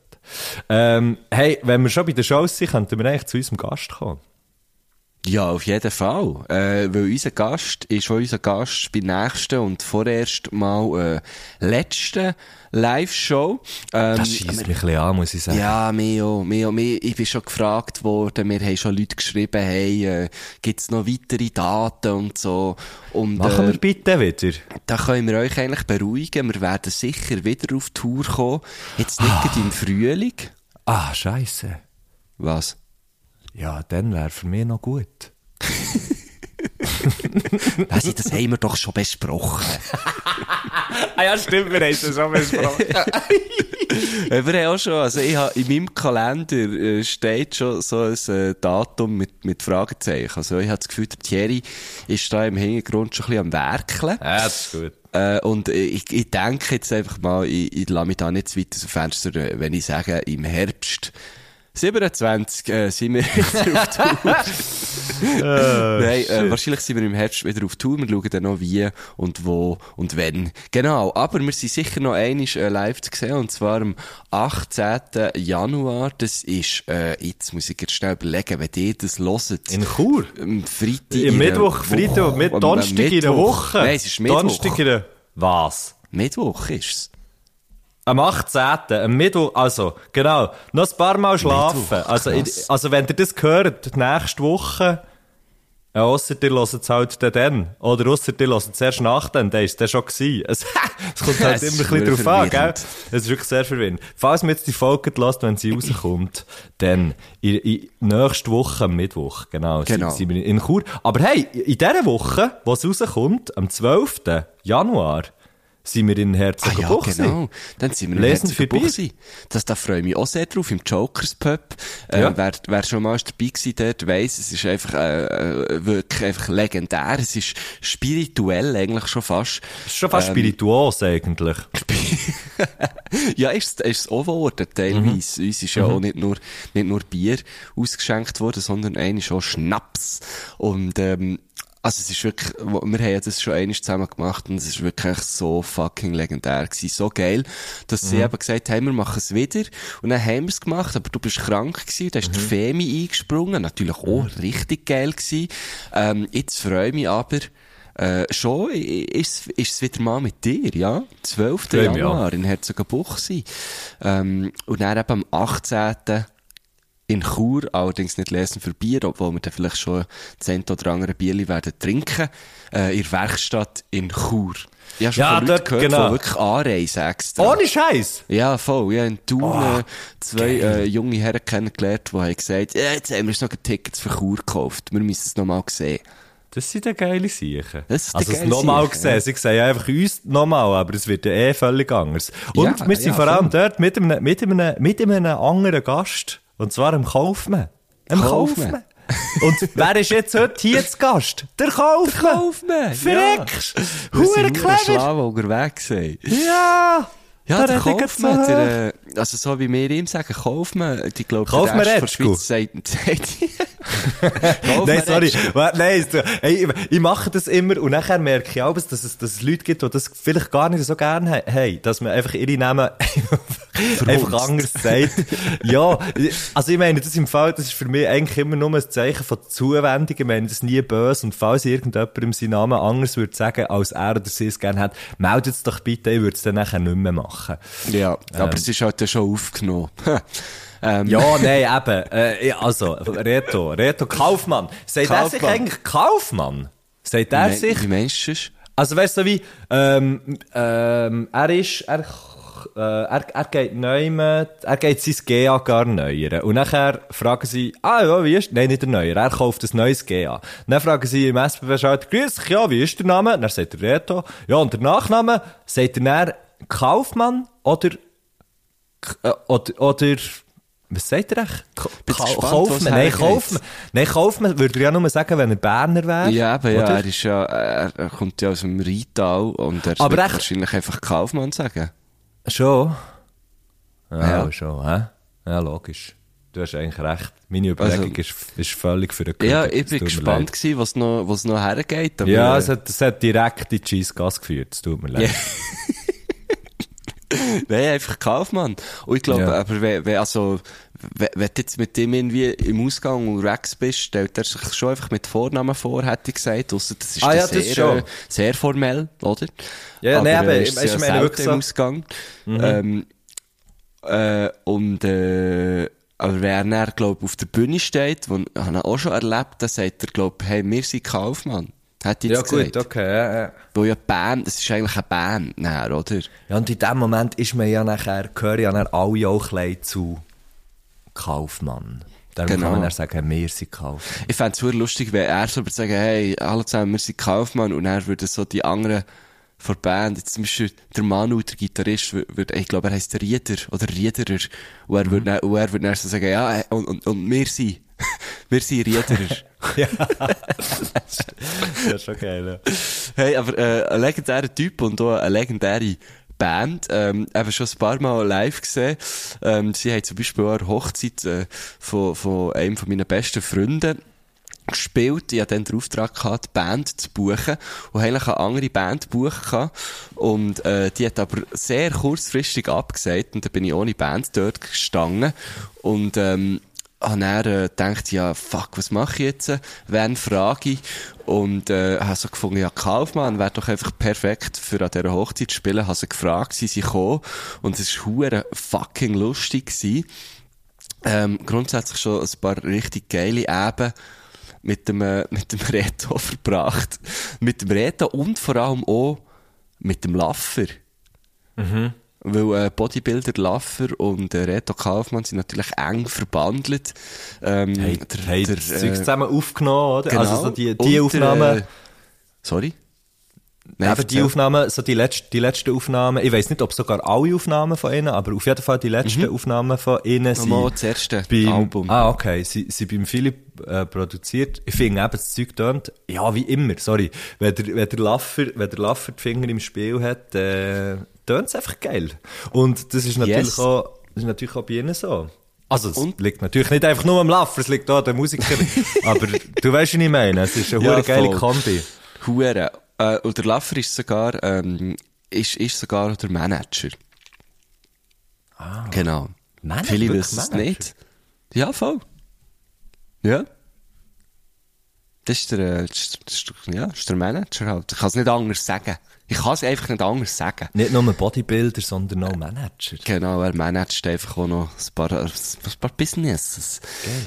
Ähm, hey, wenn wir schon bei der Show sind, könnten wir eigentlich zu unserem Gast kommen.
Ja, auf jeden Fall. Äh, weil unser Gast ist auch unser Gast bei nächsten und vorerst mal äh, letzten Live-Show. Ähm,
Das schießt mich ein bisschen an, muss ich sagen.
Ja, Mio, Mio, Mio, ich bin schon gefragt worden, wir haben schon Leute geschrieben, hey, äh, gibt's noch weitere Daten und so. Und,
Machen
äh,
wir bitte wieder.
da können wir euch eigentlich beruhigen, wir werden sicher wieder auf Tour kommen. Jetzt nicht gerade im Frühling.
Ah, scheiße.
Was?
Ja, dann wäre für mich noch gut.
Also, das haben wir doch schon besprochen.
Ah ja, stimmt, wir haben es schon besprochen.
Äh, Wir haben auch schon, also ich habe, in meinem Kalender äh, steht schon so ein äh, Datum mit, mit Fragezeichen. Also ich habe das Gefühl, der Thierry ist da im Hintergrund schon ein bisschen am Werkeln.
ja, das ist gut.
Äh, und ich, ich denke jetzt einfach mal, ich, ich lasse mich da nicht zu weit aus dem Fenster, äh, wenn ich sage, im Herbst 27 äh, sind wir wieder auf Tour.
Ah,
Nein, äh, wahrscheinlich sind wir im Herbst wieder auf Tour. Wir schauen dann noch wie und wo und wenn. Genau, aber wir sind sicher noch einmal äh, live zu sehen und zwar am 18. Januar. Das ist, äh, jetzt muss ich jetzt schnell überlegen, wenn ihr das hört.
In Chur?
am Freitag. in
Im
der
Mittwoch, Freitag, mit
am- am
Donnerstag in der
Mittwoch.
Woche.
Nein, es ist Mittwoch.
Donnerstag in der... Was?
Mittwoch ist's.
Am 18., am Mittwoch, also, genau, noch ein paar Mal schlafen.
Mittwoch,
also,
krass.
in, also, wenn ihr das hört, nächste Woche, Ja, ausser dir hört es halt dann dann. Oder ausser dir hört es erst nach dann, dann ist es dann schon gewesen. Es, es kommt halt
Es
immer
ist
ein bisschen
nur
drauf an, gell?
verwirrend.
Es ist wirklich sehr verwirrend. Falls man jetzt die Folge lässt, wenn sie rauskommt, dann in, in nächste Woche, am Mittwoch, genau,
Genau.
Sind, sind wir in Chur. Aber hey, in dieser Woche, wo es rauskommt, am 12. Januar, sind wir in
Ah
Herzogenbuchsee.
genau. Dann sind wir
Ah genau. Lesen
Lesen
für
für Buchsi. Das, da freue ich mich auch sehr drauf, im Jokers Pub. Äh,
Ja.
wer, wer schon mal dabei gewesen dort weiss, es ist einfach, äh, äh, wirklich einfach legendär. Es ist spirituell eigentlich schon fast.
Das ist schon fast spirituos eigentlich.
ja, ist es auch geworden,
Mhm.
teilweise. Uns ist ja auch nicht nur, nicht nur Bier ausgeschenkt worden, sondern einer ist auch Schnaps. Und, ähm, also es ist wirklich, wo- wir haben ja das schon einmal zusammen gemacht und es ist wirklich so fucking legendär gewesen. So geil, dass
Mhm.
sie eben gesagt haben, wir machen es wieder. Und dann haben wir es gemacht, aber du bist krank gewesen, da ist
Mhm.
der Femi eingesprungen, natürlich auch richtig geil gewesen. Ähm, jetzt freue ich mich aber, äh, schon i- ist es wieder mal mit dir, ja? 12.
Freue mich, ja.
Januar in Herzogenbuchsee. Ähm, und dann eben am 18. in Chur, allerdings nicht lesen für Bier, obwohl wir dann vielleicht schon Cent oder andere Bierli werden trinken, äh, in der Werkstatt in Chur. Ich habe schon
Ja,
von Leuten
dort,
gehört,
genau.
die wirklich anreisen extra.
Ohne Oh, Scheiß!
Ja, voll. Ja, in Thun äh, zwei äh, junge Herren kennengelernt, die haben gesagt, «Ja, jetzt haben wir uns noch Tickets für Chur gekauft, wir müssen es noch mal sehen.
Das sind ja geile Sachen.
Das sind
also
geile
es nochmal
Sachen,
gesehen, sie sehen einfach uns nochmal, aber es wird ja eh völlig anders. Und
Ja,
wir sind
ja,
vor allem
voll.
dort mit einem, mit, einem, mit einem anderen Gast, und zwar dem Kaufmann. Dem Kaufmann.
Kaufmann.
Und wer ist jetzt heute hier zu Gast? Der Kaufmann! Der
Kaufmann, ja.
Verreckst!
Wir sind
Huere
nur
clever!
schlau unterwegs. Ey.
Ja!
Ja,
Da
der
red ich jetzt
Kaufmann,
so hoch.
der, äh, also so wie wir ihm sagen, Kaufmann, ich glaube, der
Kaufmann
Rest von
Retschko.
Schweiz sagt, sagt Kaufmann
Nein, sorry.
Retschko.
Wa- Nein, so, hey, ich- ich mache das immer und nachher merke ich auch, dass es, dass es Leute gibt, die das vielleicht gar nicht so gerne he- haben, dass man einfach ihre Namen einfach anders sagt. ja, also ich meine, das im Fall, das ist für mich eigentlich immer nur ein Zeichen von Zuwendung. Ich meine, das ist nie böse und falls irgendjemandem seinen Namen anders würde sagen, als er oder sie es gerne hat, meldet es doch bitte, ich würde es dann nachher nicht mehr machen.
Ja, aber es ist halt dann schon aufgenommen. ähm,
Ja, nein, eben. Äh, ja, also, Reto, Reto Kaufmann. Sagt er sich
Kaufmann.
eigentlich Kaufmann? Sagt er
wie men-
sich
Wie meinst du es?
Also weißt du, so wie, ähm, ähm, er ist, er, äh, er, er geht neu, er geht sein GA gar neuer. Und nachher fragen sie, ah ja, wie ist, nein, nicht der neuer, er kauft ein neues GA. Dann fragen sie im SBB-Schalter, grüß dich, ja, wie ist der Name? Dann sagt der Reto, ja, und der Nachname, sagt er dann Kaufmann oder, K- äh, oder, oder, was sagt er eigentlich? Ka-
Bin
Ka-
gespannt, wo's
Kaufmann, nein,
hergeht.
Kaufmann, nein, Kaufmann würde er ja nur sagen, wenn er Berner wäre.
Ja, aber ja,
oder?
er ist ja, eh, er, er kommt ja aus dem Rheintal und er
Aber
wird
echt-
wahrscheinlich einfach Kaufmann sagen.
Schon? Ja,
Ja.
schon, hä? Ja, logisch. Du hast eigentlich recht. Meine Überlegung
Also-
ist, ist völlig für den Köder.
Ja, ich
Es tut
bin
mir
gespannt
leid.
gewesen, was noch, was noch hergeht. aber,
Ja,
äh,
es hat, es hat direkt in die Scheissgasse geführt. Es tut mir leid.
Nein, einfach Kaufmann. Und ich glaube,
Ja.
aber wenn, wenn, also, wenn, wenn du jetzt mit dem irgendwie im Ausgang unterwegs bist, stellt er sich schon einfach mit Vornamen vor, hätte ich gesagt. Ausser, das ist
Ah,
dann
ja, das
sehr,
ist schon.
äh, sehr formell, oder?
Ja, nein, aber
äh,
ich-
ist
ich
ja
meine
selten
wirklich so- Mhm.
im Ausgang. Ähm, äh, und, äh, aber wenn er, glaube auf der Bühne steht, wo, habe ich auch schon erlebt, dann sagt er, glaube hey, wir sind Kaufmann. Hätte ich
Ja,
jetzt
gut,
gesagt.
okay. Ja, ja.
Weil ja Band, das ist eigentlich eine Band, näher, oder?
ja, und in dem Moment ist man ja nachher, gehören ja nachher alle auch ein bisschen zu Kaufmann. Darum
Genau.
kann man dann sagen, wir sind Kaufmann.
Ich fänd's es lustig, wenn er so würde sagen, hey, alle zusammen, wir sind Kaufmann, und er würde so die anderen von der Band, jetzt zum Beispiel der Manu, der Gitarrist, wür- würde, ich glaube, er heisst Rieder, oder Riederer, und er würde, dann- und er würde dann so sagen, ja, hey, und, und, und wir sind, wir sind Riederer.
Das ist schon geil, ja.
hey, aber, äh, ein legendärer Typ und auch eine legendäre Band, ähm, eben schon ein paar Mal live gesehen, ähm, sie haben zum Beispiel auch an der Hochzeit, äh, von, von einem von meinen besten Freunden, gespielt. Ich hatte dann den Auftrag, gehabt, die Band zu buchen. Und eigentlich eine andere Band buchen kann. Und, äh, die hat aber sehr kurzfristig abgesagt. Und dann bin ich ohne Band dort gestanden. Und, ähm, habe dann äh, gedacht, ja, fuck, was mache ich jetzt? Wen frage ich? Und, äh, habe so gefunden, ja, Kaufmann wäre doch einfach perfekt für an dieser Hochzeit zu spielen. Habe sie gefragt, sie sind gekommen. Und es war hure fucking lustig gewesen. Ähm, grundsätzlich schon ein paar richtig geile Eben. mit dem, äh, mit dem Reto verbracht. Mit dem Reto und vor allem auch mit dem Laffer.
Mhm.
Weil äh, Bodybuilder Laffer und äh, Reto Kaufmann sind natürlich eng verbandelt. Ähm,
Hey,
der-
hey,
der,
das
äh,
Zeug zusammen aufgenommen, oder?
genau.
Also so die,
Und
die
der,
Aufnahmen,
äh, sorry?
eben die
erzähl.
Aufnahmen, so die, letzt, die letzten Aufnahmen, ich weiß nicht, ob sogar alle Aufnahmen von ihnen, aber auf jeden Fall die letzten
Mhm.
Aufnahmen von ihnen sind...
Mal das erste
beim,
Album.
Ah, okay. Sie, sie beim Philipp äh, produziert. Ich finde eben, das Zeug tönt, ja, wie immer, sorry. Wenn der, wenn der, Laffer, wenn der Laffer die Finger im Spiel hat, äh, tönt es einfach geil. Und das ist natürlich,
Yes.
auch, das ist natürlich auch bei ihnen so. Also, es
Und?
liegt natürlich nicht einfach nur am Laffer, es liegt auch an den Musikern. Aber du weißt, was ich meine. Es ist eine
Ja,
ja, geile
voll.
Kombi.
Hure. Äh, und der Laffer ist sogar, ähm, ist, ist sogar der Manager. Ah. Genau.
Manager,
Viele
wirklich
wissen es
Manager?
nicht. Ja, voll. Ja. Das ist der, äh, das ist, das ist, ja, das ist der Manager halt. Ich kann es nicht anders sagen. Ich kann es einfach nicht anders sagen.
Nicht nur Bodybuilder, sondern auch Manager.
Genau, er managt einfach auch noch ein paar, ein paar Businesses.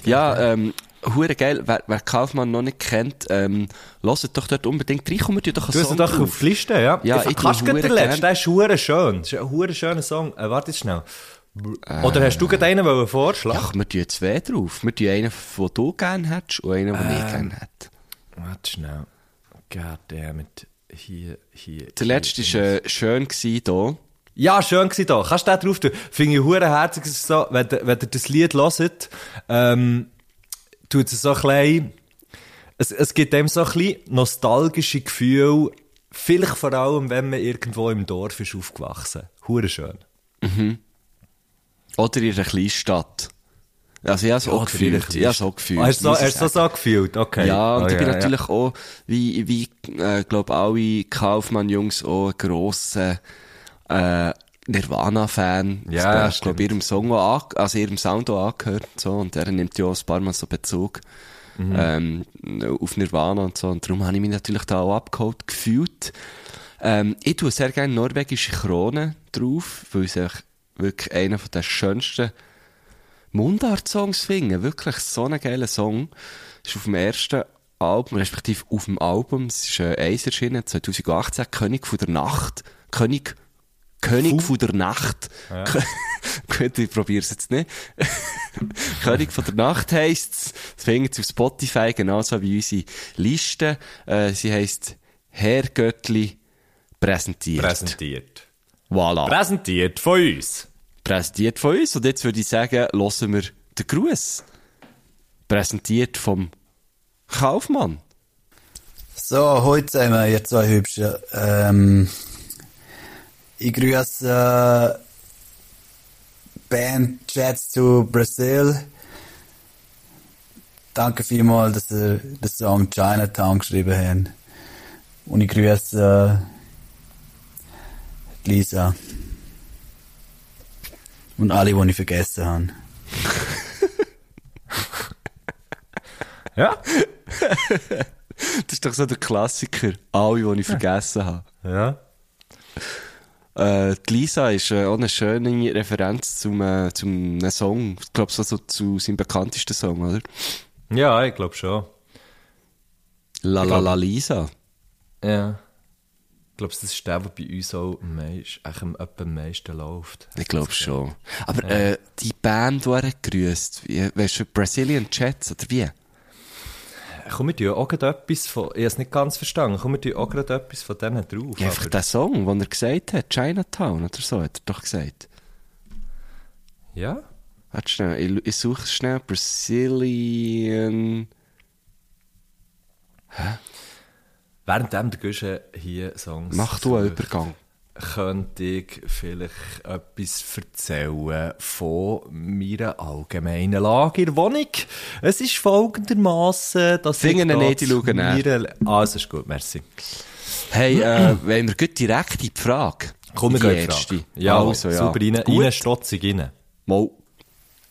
ja, ähm, hure geil. Wer, wer Kaufmann noch nicht kennt, ähm, hört doch dort unbedingt rein. Kommen wir doch einen
Du hast ihn
Song
doch
drauf.
auf die Liste, ja?
Ja,
ich
ich tue
kannst du
hure
den letzten,
gern.
der ist hure schön. Das ist ein hure schöner Song. Äh, warte jetzt schnell.
Äh.
Oder hast du gerade einen wollen vorschlagen?
Ach, wir tun zwei drauf. Wir tun einen, den du gerne hättest und einen, den ich gerne hätte.
Warte schnell. Goddammit. Hier, hier.
Der letzte war äh, schön gewesen hier.
Ja, schön gewesen da. Kannst du den drauf tun? Finde ich hure herzig. Es ist so, wenn, ihr- wenn ihr das Lied hört, ähm, tut es so ein bisschen, es, es gibt dem so ein bisschen nostalgische Gefühl. Vielleicht vor allem, wenn man irgendwo im Dorf ist aufgewachsen. Hure schön.
Oder in einer Kleinstadt. Also, ich habe es auch gefühlt. Ich habe es auch gefühlt.
Ah, Hast du so,
muss ich
hast du
sagen.
so, so gefühlt? Okay.
Ja, und
Ah,
ich bin
ja.
natürlich auch, wie, wie äh, glaube alle Kaufmann-Jungs, auch ein grosser äh, Nirvana-Fan.
Ja,
ich
stimmt.
glaube, ihrem Song auch, ange- also ihrem Sound auch angehört und so. Und er nimmt ja auch ein paar Mal so Bezug
Mhm.
ähm, auf Nirvana und so. Und darum habe ich mich natürlich da auch abgeholt gefühlt. Ähm, ich tue sehr gerne norwegische Kronen drauf, weil ich wirklich einer von den schönsten Mundart-Songs finde. Wirklich so einen geilen Song. Ist auf dem ersten Album, respektive auf dem Album, es ist äh, eins erschienen, 2018, König von der Nacht. König, König von der Nacht. Gut, ich probiere es jetzt nicht. König von der Nacht heisst's. Das findet ihr auf Spotify, genauso wie unsere Liste. Äh, sie heisst Herr Göttli präsentiert.
Präsentiert.
voilà.
Präsentiert von uns.
präsentiert von uns. Und jetzt würde ich sagen, hören wir den Gruß. Präsentiert vom Kaufmann.
So, heute sind wir, ihr zwei Hübschen. Ähm, ich grüße äh, Band Jets to Brazil. Danke vielmals, dass ihr den Song Chinatown geschrieben habt. Und ich grüße äh, Lisa. Und alle, die ich vergessen habe.
Ja?
Das ist doch so der Klassiker. Alle, die ich vergessen habe.
Ja.
Äh, die Lisa ist äh, auch eine schöne Referenz zum, äh, zum einem Song. Ich glaube, so, so zu seinem bekanntesten Song, oder?
Ja, ich glaube schon.
La la la Lisa.
Ja. Ich glaube, das ist der, der bei uns auch am meisten, eigentlich am, etwa am meisten läuft.
Ich glaube schon. Aber äh, die Band, die er grüßt, weißt du, Brazilian Jets oder wie?
Komm, wir tun auch gerade etwas von, ich habe es nicht ganz verstanden, komm, wir tun auch gerade etwas von denen drauf.
Ja, einfach
aber-
der Song, den er gesagt hat, Chinatown oder so, hat er doch gesagt.
ja?
Warte schnell, ich, ich suche schnell Brazilian.
Währenddem der Guschen hier Songs
Mach du einen
sucht,
Übergang.
könnte ich vielleicht etwas erzählen von meiner allgemeinen Lage in der Wohnung. Es ist folgendermaßen, dass
Singen
ich
nicht, ich
da
schaue
zu
nach.
meiner- Ah, es ist gut, merci.
Hey, äh, wenn wir gut direkt in die Frage.
Komm, wir
Die
gehen
erste.
fragen. Ja,
also, ja.
super, rein,
Gut.
rein strotzig rein.
Mal.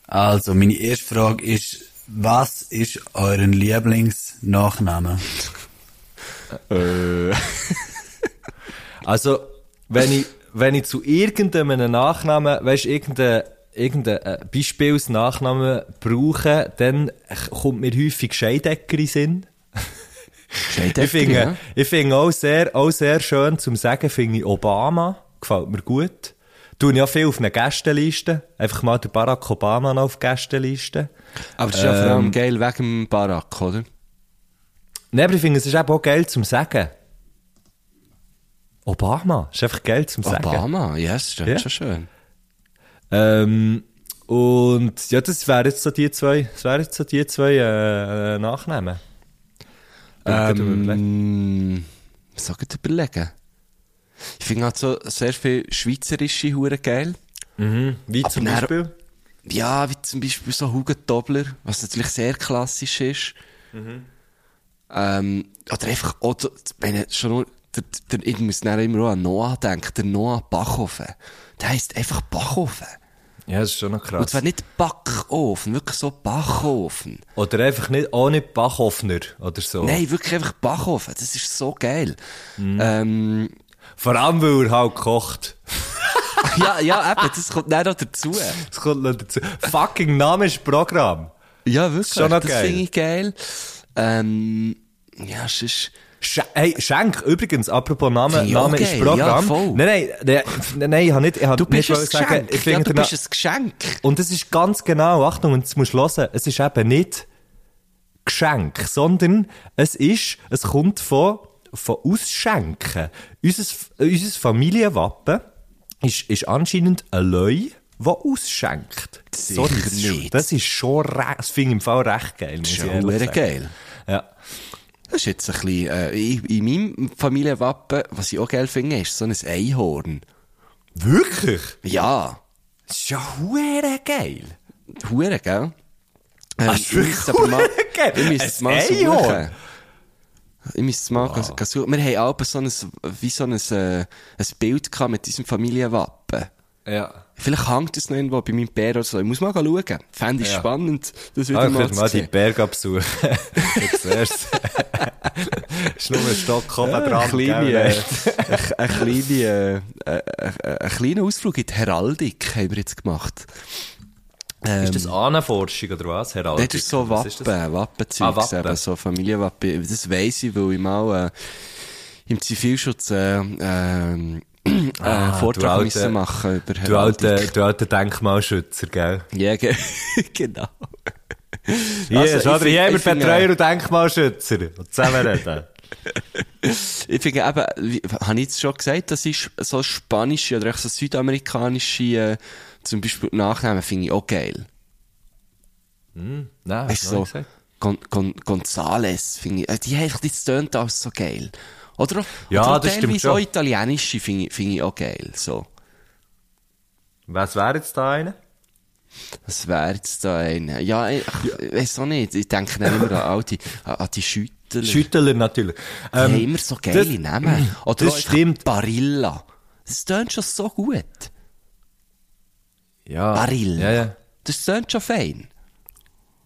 Also, meine erste Frage ist, was ist euren Lieblingsnachname?
Äh,
Also, wenn ich, wenn ich zu irgendeinem Nachnamen, weißt du, irgendeinen irgendeinen Beispielsnachnamen brauchen, dann kommt mir häufig Scheidegger in den Sinn.
Scheidegger,
Ich finde,
ja.
ich finde auch sehr, auch sehr schön zum Sagen, finde ich Obama. Gefällt mir gut. Tue ich ja viel auf einer Gästenliste. Einfach mal den Barack Obama noch auf die Gästenliste.
Aber das ist
Ehm,
ja vor allem geil wegen dem Barack, oder?
Nein, aber ich finde, es ist eben auch geil zum Sagen. Obama. Ist einfach geil zum Sagen.
Obama, yes, das ist
Ja.
schon schön.
Ähm, und ja, das wären jetzt so die zwei, das wären jetzt so die zwei äh, äh, Nachnamen. Bin ich gerade überlegt.
Ähm, was soll ich überlegen? Ich finde halt so sehr viel schweizerische Huren geil.
Wie zum
dann-
Beispiel?
Ja, wie zum Beispiel so Hugo Dobler, was natürlich sehr klassisch ist. Mhm. Ähm, oder einfach, oder, wenn schon nur, der, der, ich muss dann immer auch an Noah denken, der Noah Bachhofen. Der heisst einfach Bachhofen.
Ja, das ist schon noch
Und
krass.
zwar nicht Backofen, wirklich so Backofen.
Oder einfach nicht, auch nicht Bachhoffner oder so.
Nein, wirklich einfach Backofen. Das ist so geil. Ähm,
Vor allem, weil er halt kocht.
ja, ja, eben, das kommt dann noch dazu.
Das kommt noch dazu. Fucking Name ist Programm.
Ja, wirklich.
Schon noch
das
geil.
finde ich geil. Ähm, ja, es ist,
Sch hey, Schenk, übrigens, apropos Name,
Finde ich auch
Name ist
geil.
Programm.
Ja, voll.
nein, nein, nein, nein, ich habe nicht, ich habe
du bist
nicht
ein
wollen sagen, ich
Geschenk. Ja,
finde
du
den Na-
bist ein Geschenk.
Und es ist ganz genau, Achtung, und jetzt musst du hören, es ist eben nicht Geschenk, sondern es ist, es kommt von, von Ausschenken. Unser, unser Familienwappen ist, ist anscheinend ein Löi, der ausschenkt.
Sicher
das, ist-
nicht.
das ist schon recht, das finde ich im Fall recht geil. Muss
Das
ich
ist ja
ehrlich
verdammt
sagen.
geil.
Ja.
Das ist jetzt ein bisschen, äh, in, in meinem Familienwappen, was ich auch geil finde, ist so ein Einhorn.
Wirklich?
Ja,
Das ist ja hure geil.
hure, gell? Ähm,
Das ist wirklich
ich müsste aber mal-
hure geil.
Ich müsste es
Ein
mal
Einhorn?
suchen. Ich müsste es mal wow. suchen. Wir haben auch so ein, wie so ein, äh, ein Bild gehabt mit diesem Familienwappen.
Ja.
Vielleicht hängt es noch irgendwo bei meinem Bär oder so. Ich muss mal schauen. Fände ich spannend, das wieder
Ah, ich
mal
könnte
zu
mal die
sehen.
Berge besuchen. Du siehst. ist nur ein Stock oben
Ein
dran.
kleiner,
gell?
Ah, äh, ein- ein kleiner, äh, äh, äh, ein kleiner Ausflug in die Heraldik haben wir jetzt gemacht. Ähm,
Ist das Ahnenforschung oder was, Herr
das ist so
Was
Wappen,
ist das?
Wappenzeugs,
Ah, Wappen.
eben so Familienwappen. Das weiss ich, weil ich mal äh, im Zivilschutz äh, ähm, äh,
Ah, du
Vortrag
alte-
musste machen über
Du
Heraldik.
alter, du alter Denkmalschützer, gell?
Ja, ge- genau.
Hier,
Also, ich
also,
find-
hier haben wir
ich find, äh,
Betreuer und Denkmalschützer. Und zusammen reden.
Ich finde eben, wie, habe ich jetzt schon gesagt, das ist so spanische oder echt so südamerikanische, äh, zum Beispiel Nachnamen finde ich auch geil.
Nein,
Weißt du, so Gon Gon Gonzales finde ich, äh, die haben das tönt alles so geil. Oder, auch-
Ja,
oder auch
das stimmt
teilweise
schon.
auch italienische finde ich, finde ich auch geil, so.
Was wäre jetzt da einer?
Hm. Was wäre jetzt da ein, ja, ich, ich weiß auch nicht, ich denke dann immer an all die, an an die Schüttler.
Schüttler natürlich. Ähm,
die haben immer so geile
das-
Namen. Oder
das
auch einfach
stimmt.
Barilla. Das tönt schon so gut.
ja.
Barilla.
Ah, Ja, ja.
Das tönt schon fein.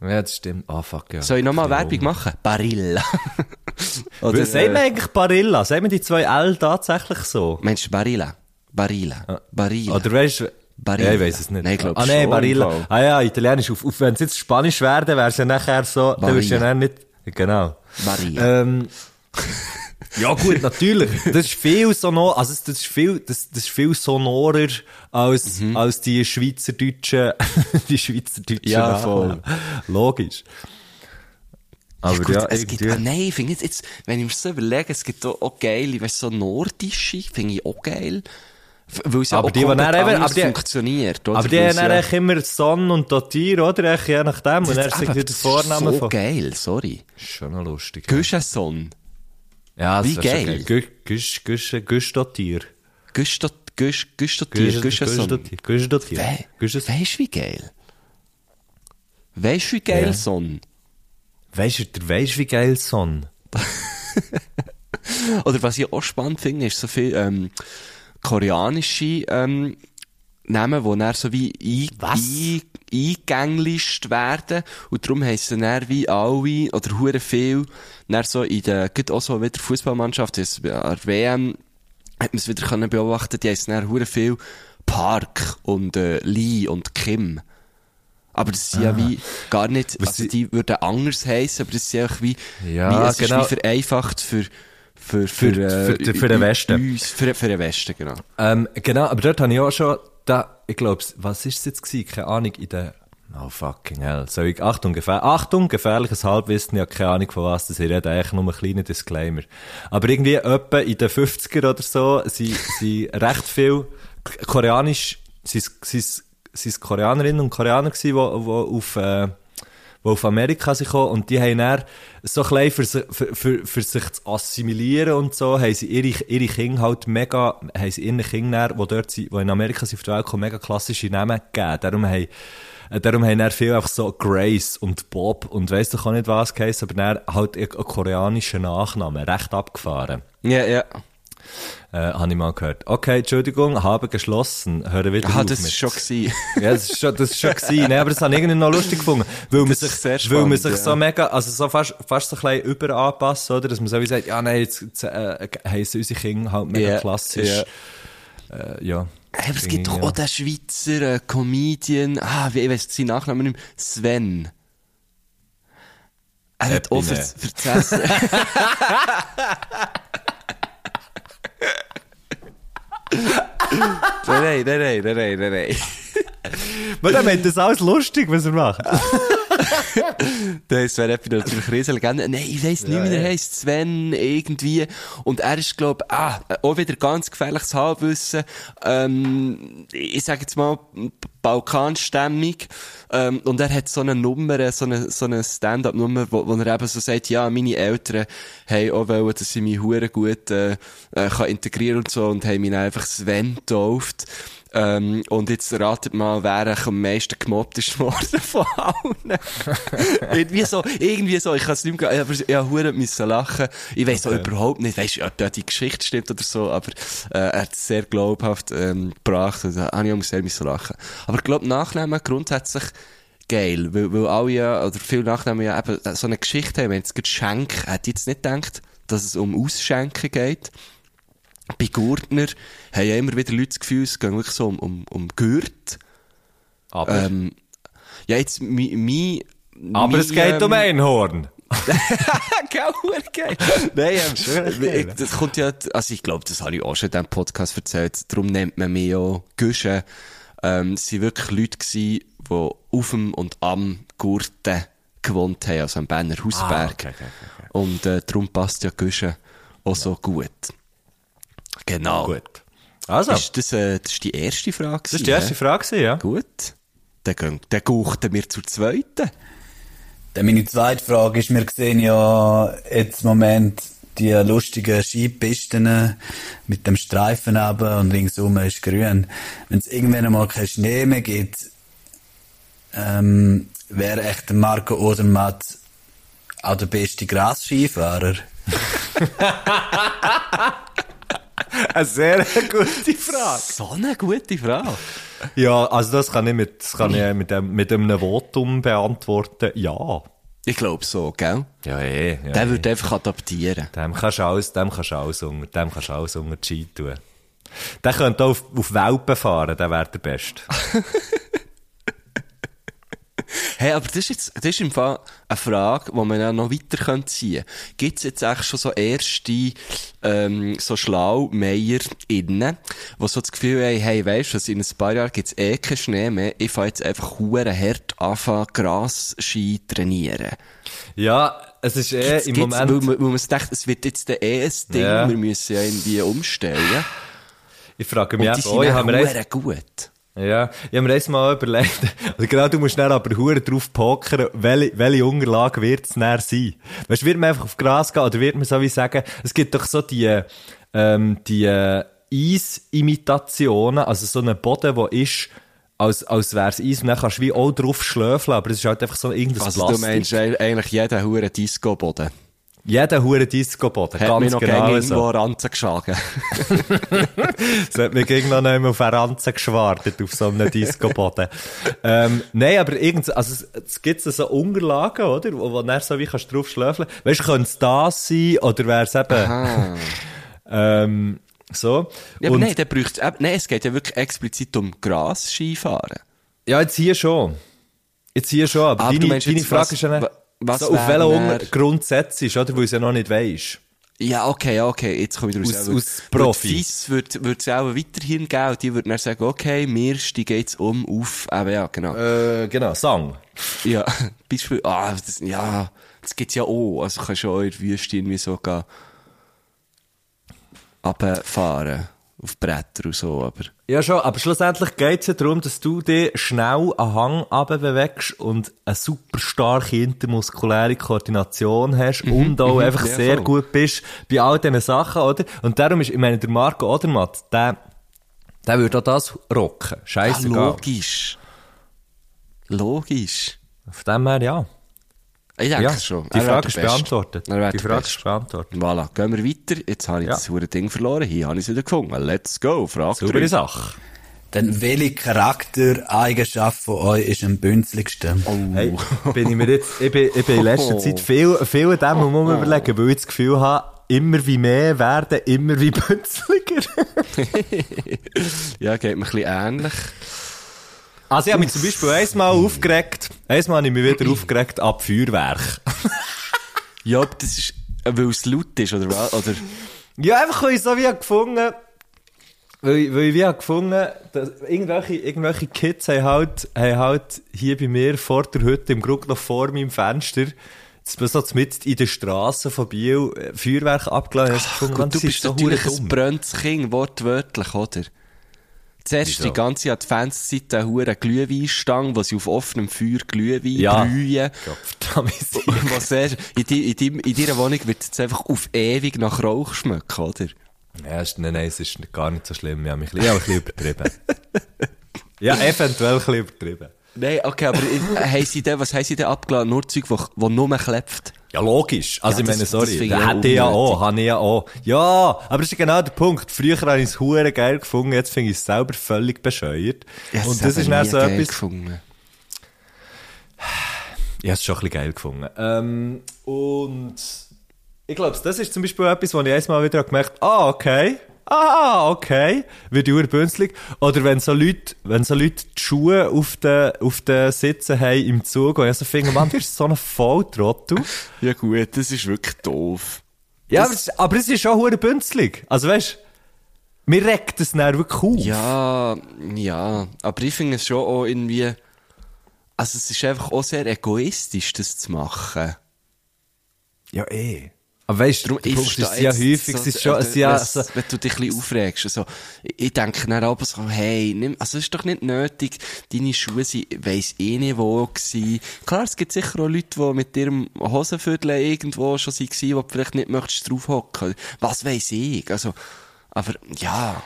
Ja, das stimmt. Ah, fuck, ja.
Soll ich nochmal
Ja.
Werbung machen? Barilla.
Oder,
Oder,
Sagen wir
äh,
eigentlich Barilla? Sagen wir die zwei L tatsächlich so?
Mensch, äh, Barilla. Barilla. Barilla.
Ah. Oder weißt du...
Barilla.
Ja, ich weiß es nicht.
Nein, ich glaub
ah, nein,
schon,
Barilla.
im Fall.
Ah ja, italienisch. Auf, auf, wenn es jetzt Spanisch wäre, dann wäre es ja nachher so... Dann würdest du ja dann nicht... Genau.
Barilla.
Ähm, ja gut, natürlich. Das ist viel sonor, also das- das ist viel, das, das ist viel sonorer als,
Mhm.
als die schweizerdeutschen, die schweizerdeutschen
Ja,
Nachnamen. Logisch.
Ja,
Aber
gut,
ja,
es gibt,
irgendwie-
ah, nein, ich finde jetzt, jetzt, wenn ich mir so überlege, es gibt auch, auch geile, weißt du, so nordische, finde ich auch geil. F- Weil es ja
Aber
auch
Ah, die, die
komplett
dann eben-
anders
aber die-
funktioniert, oder?
aber die
Weil
haben
es
dann
ja-
eigentlich immer Son und Dotir, oder? Eigentlich Je nachdem. Und er
Das-
sagt
aber
wieder
das
den
ist
Vornamen
so
von...
geil, sorry.
Ist schon noch lustig.
Güschason.
Ja,
Wie geil.
Güstotir.
Güstat, Güsch, Güstatier, Güschason.
Güstotir.
We-
Güstotir.
Weisst du, wie geil? Weisst du, wie geil,
Ja.
Son?
Weißt du, der weißt, wie geil Son?
Oder was ich auch spannend finde, ist so viel ähm, koreanische ähm, Namen, die dann so wie ein, ein, eingänglicht werden. Und darum heissen dann wie alle oder hure viel, dann so in der, gibt auch so wieder Fußballmannschaft, jetzt bei der WM, hat man es wieder können beobachten, die heissen dann hure viel Park und äh, Lee und Kim. Aber das sind ja wie gar nicht,
Ah. Was
also
sie-
die würden anders heißen, aber das sind einfach wie,
Ja,
wie es
genau.
ist wie vereinfacht für, für, für,
für- für- für den
ü-
Westen.
Uns, für, für den Westen, genau.
Ähm, genau, aber dort habe ich auch schon, da, ich glaube, was ist es jetzt gewesen? Keine Ahnung, in der, oh fucking hell, soll ich, Achtung, gefähr, Achtung, gefährliches Halbwissen, ich habe keine Ahnung von was das hier redet, eigentlich nur ein kleiner Disclaimer. Aber irgendwie, etwa in den 50er oder so, sind, sind recht viel K- koreanisch, sind, sind, sind Koreanerinnen und Koreaner gewesen, die, die auf, äh, die auf Amerika sind gekommen und die haben dann so klein für, si- für, für, für sich zu assimilieren und so, haben sie ihre, ihre Kinder halt mega, haben sie ihren Kindern, dann, die dort sind, die in Amerika sind, auf die Welt gekommen, mega klassische Namen gegeben. Darum haben, äh, darum haben dann viele einfach so Grace und Bob und weiss doch auch nicht was geheißen, aber dann halt einen koreanischen Nachnamen, recht abgefahren.
Ja, ja.
Äh, habe ich mal gehört. Okay, Entschuldigung, habe geschlossen. Hören wieder
Aha,
auf
Ah, das
mit-
ist schon gewesen.
ja, das ist schon, das ist schon gewesen. Nee, aber das habe ich irgendwie noch lustig gefunden. Weil man
Das
sich,
ist sehr
weil man
spannend,
sich
ja.
so mega, also so fast, fast so ein bisschen überanpasst, oder? Dass man so wie sagt, ja, nein, jetzt, jetzt äh, heissen unsere Kinder halt mega
Ja,
klassisch. Äh, ja.
Hey, aber
Finde
es
ich,
gibt doch
ja.
auch den Schweizer äh, Comedian, ah, wie, ich weiss seinen Nachnamen nicht mehr, Sven. Er hat auch für,
Eppine.
für das Essen. Nein, nein, nein, nein, nein, nein, nein.
Weil dann meint das alles lustig, was er macht.
Das wäre etwa natürlich eine Riesenlegende. Nein, ich weiss nicht, wie er
ja.
heisst. Sven, irgendwie. Und er ist, glaube ich, ah, auch wieder ganz gefährliches Halbwissen. Ähm, ich sage jetzt mal, Balkanstämmig. Ähm, und er hat so eine Nummer, so eine, so eine Stand-up-Nummer, wo, wo er eben so sagt, ja, meine Eltern haben auch wollen, dass ich mich hure gut äh, äh, kann integrieren und so und haben mich dann einfach Sven getauft. Ähm, und jetzt ratet mal, wer eigentlich am meisten gemobbt ist worden von allen. irgendwie so, irgendwie so, ich kann es nicht mehr, aber ich habe hure müssen lachen. Ich weiss auch überhaupt nicht, weißt ob da die Geschichte stimmt oder so, aber äh, er hat es sehr glaubhaft ähm, gebracht und da habe ich auch sehr müssen lachen. Aber ich glaube, Nachnamen grundsätzlich geil, weil, weil alle ja, oder viele Nachnamen ja eben so eine Geschichte haben. Wenn jetzt gerade Schenk, hätte ich jetzt nicht gedacht, dass es um Ausschenken geht. Bei Gurtner haben ja immer wieder Leute das Gefühl, es geht wirklich so um, um, um Gürt.
Aber,
Ähm, ja, jetzt, mi, mi,
aber
mi- ähm,
es geht um Einhorn.
Gell, hure geil. Nein, ähm, ich, das kommt ja, also ich glaube, das habe ich auch schon in diesem Podcast erzählt, darum nennt man mich auch Güsche. Ähm, es waren wirklich Leute, gewesen, die auf dem und am Gurten gewohnt haben, also am Berner Hausberg.
Ah, okay, okay,
Und äh, darum passt ja Güsche auch so gut. Genau.
Gut. Also, das
Ist das, äh, das ist die erste Frage. Das
war die erste Frage, gewesen, ja?
Gut. Dann, gehen- dann guchten wir zur zweiten.
Dann meine zweite Frage ist, wir sehen ja jetzt im Moment die lustigen Skipisten mit dem Streifen runter und ringsum ist grün. Wenn es irgendwann einmal keinen Schnee mehr gibt, ähm, wäre echt Marco Odermatt auch der beste Grasskifahrer.
Eine sehr gute Frage.
So eine gute Frage.
Ja, also das kann ich mit, das kann ich mit, dem, mit einem Votum beantworten. Ja.
Ich glaube so, gell?
Ja, eh. Ja,
Der würde einfach adaptieren.
Dem kannst du alles, dem kannst du alles unter, dem kannst du alles unter die Ski tun. Der könnte auch auf, auf Welpen fahren, der wäre der Beste.
Hey, aber das ist jetzt, das ist im Fall eine Frage, die man ja noch weiter könnte ziehen könnte. Gibt es jetzt echt schon so erste, ähm, so schlau innen, die so das Gefühl haben, hey, weisst du, was, in ein paar Jahren gibt es eh keinen Schnee mehr, ich fange jetzt einfach hure hart anfangen, Gras-Ski trainieren.
Ja, es ist eh
Gibt's-
im
gibt's- Weil
Moment...
man, weil man sich denkt, es wird jetzt eh ein Ding,
Ja.
wir müssen ja irgendwie umstellen.
Ich frage
Und
mich
die
eben,
sind
oh, ich
ja
habe mir erst-
gut.
Ja, ich habe mir erst mal überlegt, also genau, du musst dann aber hure drauf pokern, welche, welche Unterlage wird's es näher sein? Weißt du, wird man einfach auf Gras gehen oder wird man so wie sagen, es gibt doch so die, ähm, die äh, Eisimitationen, also so einen Boden, wo ist, als, als wär's Eis und dann kannst du wie auch drauf schlöfeln, aber es ist halt einfach so irgendein
Also
Plastik.
du meinst eig- eigentlich jeden hure Disco-Boden.
Jeder hure Disco-Boden,
Hat mir
ganz
noch
genau
gerne
so.
irgendwo Ranzen geschlagen.
Es hat mir gegen noch einmal auf eine Ranze geschwartet, auf so einem Disco-Boden. ähm, nein, aber irgend, also, es- es gibt so Unterlagen, oder? Wo, wo dann so wie kannst du drauf schlöfeln. Weißt du, könnte es das sein, oder wäre es eben, ähm, So.
Ja, aber nein, der bräuchte, äh, nein, es geht ja wirklich explizit um Gras-Skifahren.
ja, jetzt hier schon. Jetzt hier schon, aber,
Aber Ah, du
deine,
meinst
deine
jetzt,
Frage
was-
ist ja
wa- was
so, auf
wär
welchen
näher-
Unter- Grundsatz ist, oder? Weil du es ja noch nicht weisst.
Ja, okay, ja, okay, jetzt komme ich raus.
Aus-
Weil-
aus Profi.
weil die FIS wird, wird es auch weiterhin geben und die würden dann sagen, okay, wir steigen jetzt um auf, eben ja, genau.
Äh, genau, Sang.
Ja, Beispiel, ah, das, ja, das gibt's ja auch, also kannst du auch in der Wüste irgendwie so gehen, runterfahren, auf Bretter und so, aber...
Ja, schon, aber schlussendlich geht es ja darum, dass du dich schnell einen Hang runterbewegst und eine super starke intermuskuläre Koordination hast und auch einfach
Mhm, Ja,
sehr
voll.
gut bist bei all diesen Sachen, oder? Und darum ist, ich meine, der Marco Odermatt, der, der würde auch das rocken.
Ja,
Scheiße,
logisch. Logisch.
Auf dem her, ja.
Ich denke
ja.
es schon.
Die
Er wär
Frage
der
ist
Beste.
beantwortet.
Er wär
Die
der
Frage
Beste.
ist beantwortet.
Voilà, gehen wir weiter. Jetzt habe ich
Ja.
das hure Ding verloren. Hier habe ich es wieder gefunden. Let's go. Frage
Saubere
drei.
Sache.
Dann welche Charaktereigenschaft von euch ist am bünzligsten?
Hey, bin ich mir jetzt, ich bin, ich bin in letzter
Oh.
Zeit viel, viel an dem um überlegen, weil ich das Gefühl habe, immer wie mehr werden, immer wie bünzliger.
Ja, geht mir ein bisschen ähnlich.
Also ich habe mich zum Beispiel einmal aufgeregt, einmal habe ich mich wieder aufgeregt ab Feuerwerk.
Ja, aber das ist, äh, weil es laut ist, oder was? Oder,
Ja, einfach weil ich so wie habe gefunden, weil, ich- weil ich wie habe gefunden, dass irgendwelche, irgendwelche Kids haben halt, haben halt hier bei mir vor der Hütte im Grund noch vor meinem Fenster so so mit in der Straße von Biel äh, Feuerwerk abgeladen. Ich habe gefunden, Mann,
gut, du
das ist
bist
so
natürlich
verdammt dumm.
ein brennendes Kind, wortwörtlich, oder? Zuerst die ganze Adventszeit eine hure Glühweinstange, wo sie auf offenem Feuer Glühwein
Ja.
brühen.
Verdammt.
Was sehr, in, di- in, deinem- in deiner Wohnung wird es einfach auf ewig nach Rauch schmecken, oder?
Ja, ist, nein, nein, es ist gar nicht so schlimm. Ich habe mich ein bisschen, ich habe ein bisschen übertrieben. ja, eventuell ein bisschen übertrieben.
Nein, okay, aber äh, haben sie denn, was haben sie denn abgeladen? Nur Zeug, wo, wo nur klepft?
Ja, logisch. Also,
Ja,
ich
das-
meine,
das
sorry.
finde ich
Das
auch
hätte ich ja
unnötig.
auch, habe ich ja auch. Ja, aber das ist genau der Punkt. Früher habe ich es hure geil gefunden, jetzt finde ich es selber völlig bescheuert. Und das ist dann so etwas...
Gefunden.
Ich habe es schon ein bisschen geil gefunden. Ähm, und ich glaube, das ist zum Beispiel etwas, wo ich jedes Mal wieder gemerkt habe, ah, okay, ah, okay, wird die bünzlig. Oder wenn so Leute, wenn so Leute die Schuhe auf den, auf den Sitzen haben im Zug, und ich so finde, Mann, du bist so ein Volltrottel.
Ja gut, das ist wirklich doof.
ja, aber es- aber es ist schon hure bünzlig. Also weißt du, mir regt es dann wirklich auf.
Ja, ja, aber ich finde es schon auch irgendwie, also es ist einfach auch sehr egoistisch, das zu machen.
ja eh. Aber weißt du,
Darum,
der Punkt ist
verstehe
ja
jetzt
häufig,
so,
es ist schon, also es ist ja,
wenn-
so,
wenn du dich ein bisschen aufregst, also, ich ich denke dann aber so, hey, nimm, also, es ist doch nicht nötig, deine Schuhe sind, weiss eh nicht wo gewesen. Klar, es gibt sicher auch Leute, die mit ihrem Hosenviertel irgendwo schon waren, die du vielleicht nicht möchtest draufhocken. Was weiss ich? Also, aber, ja.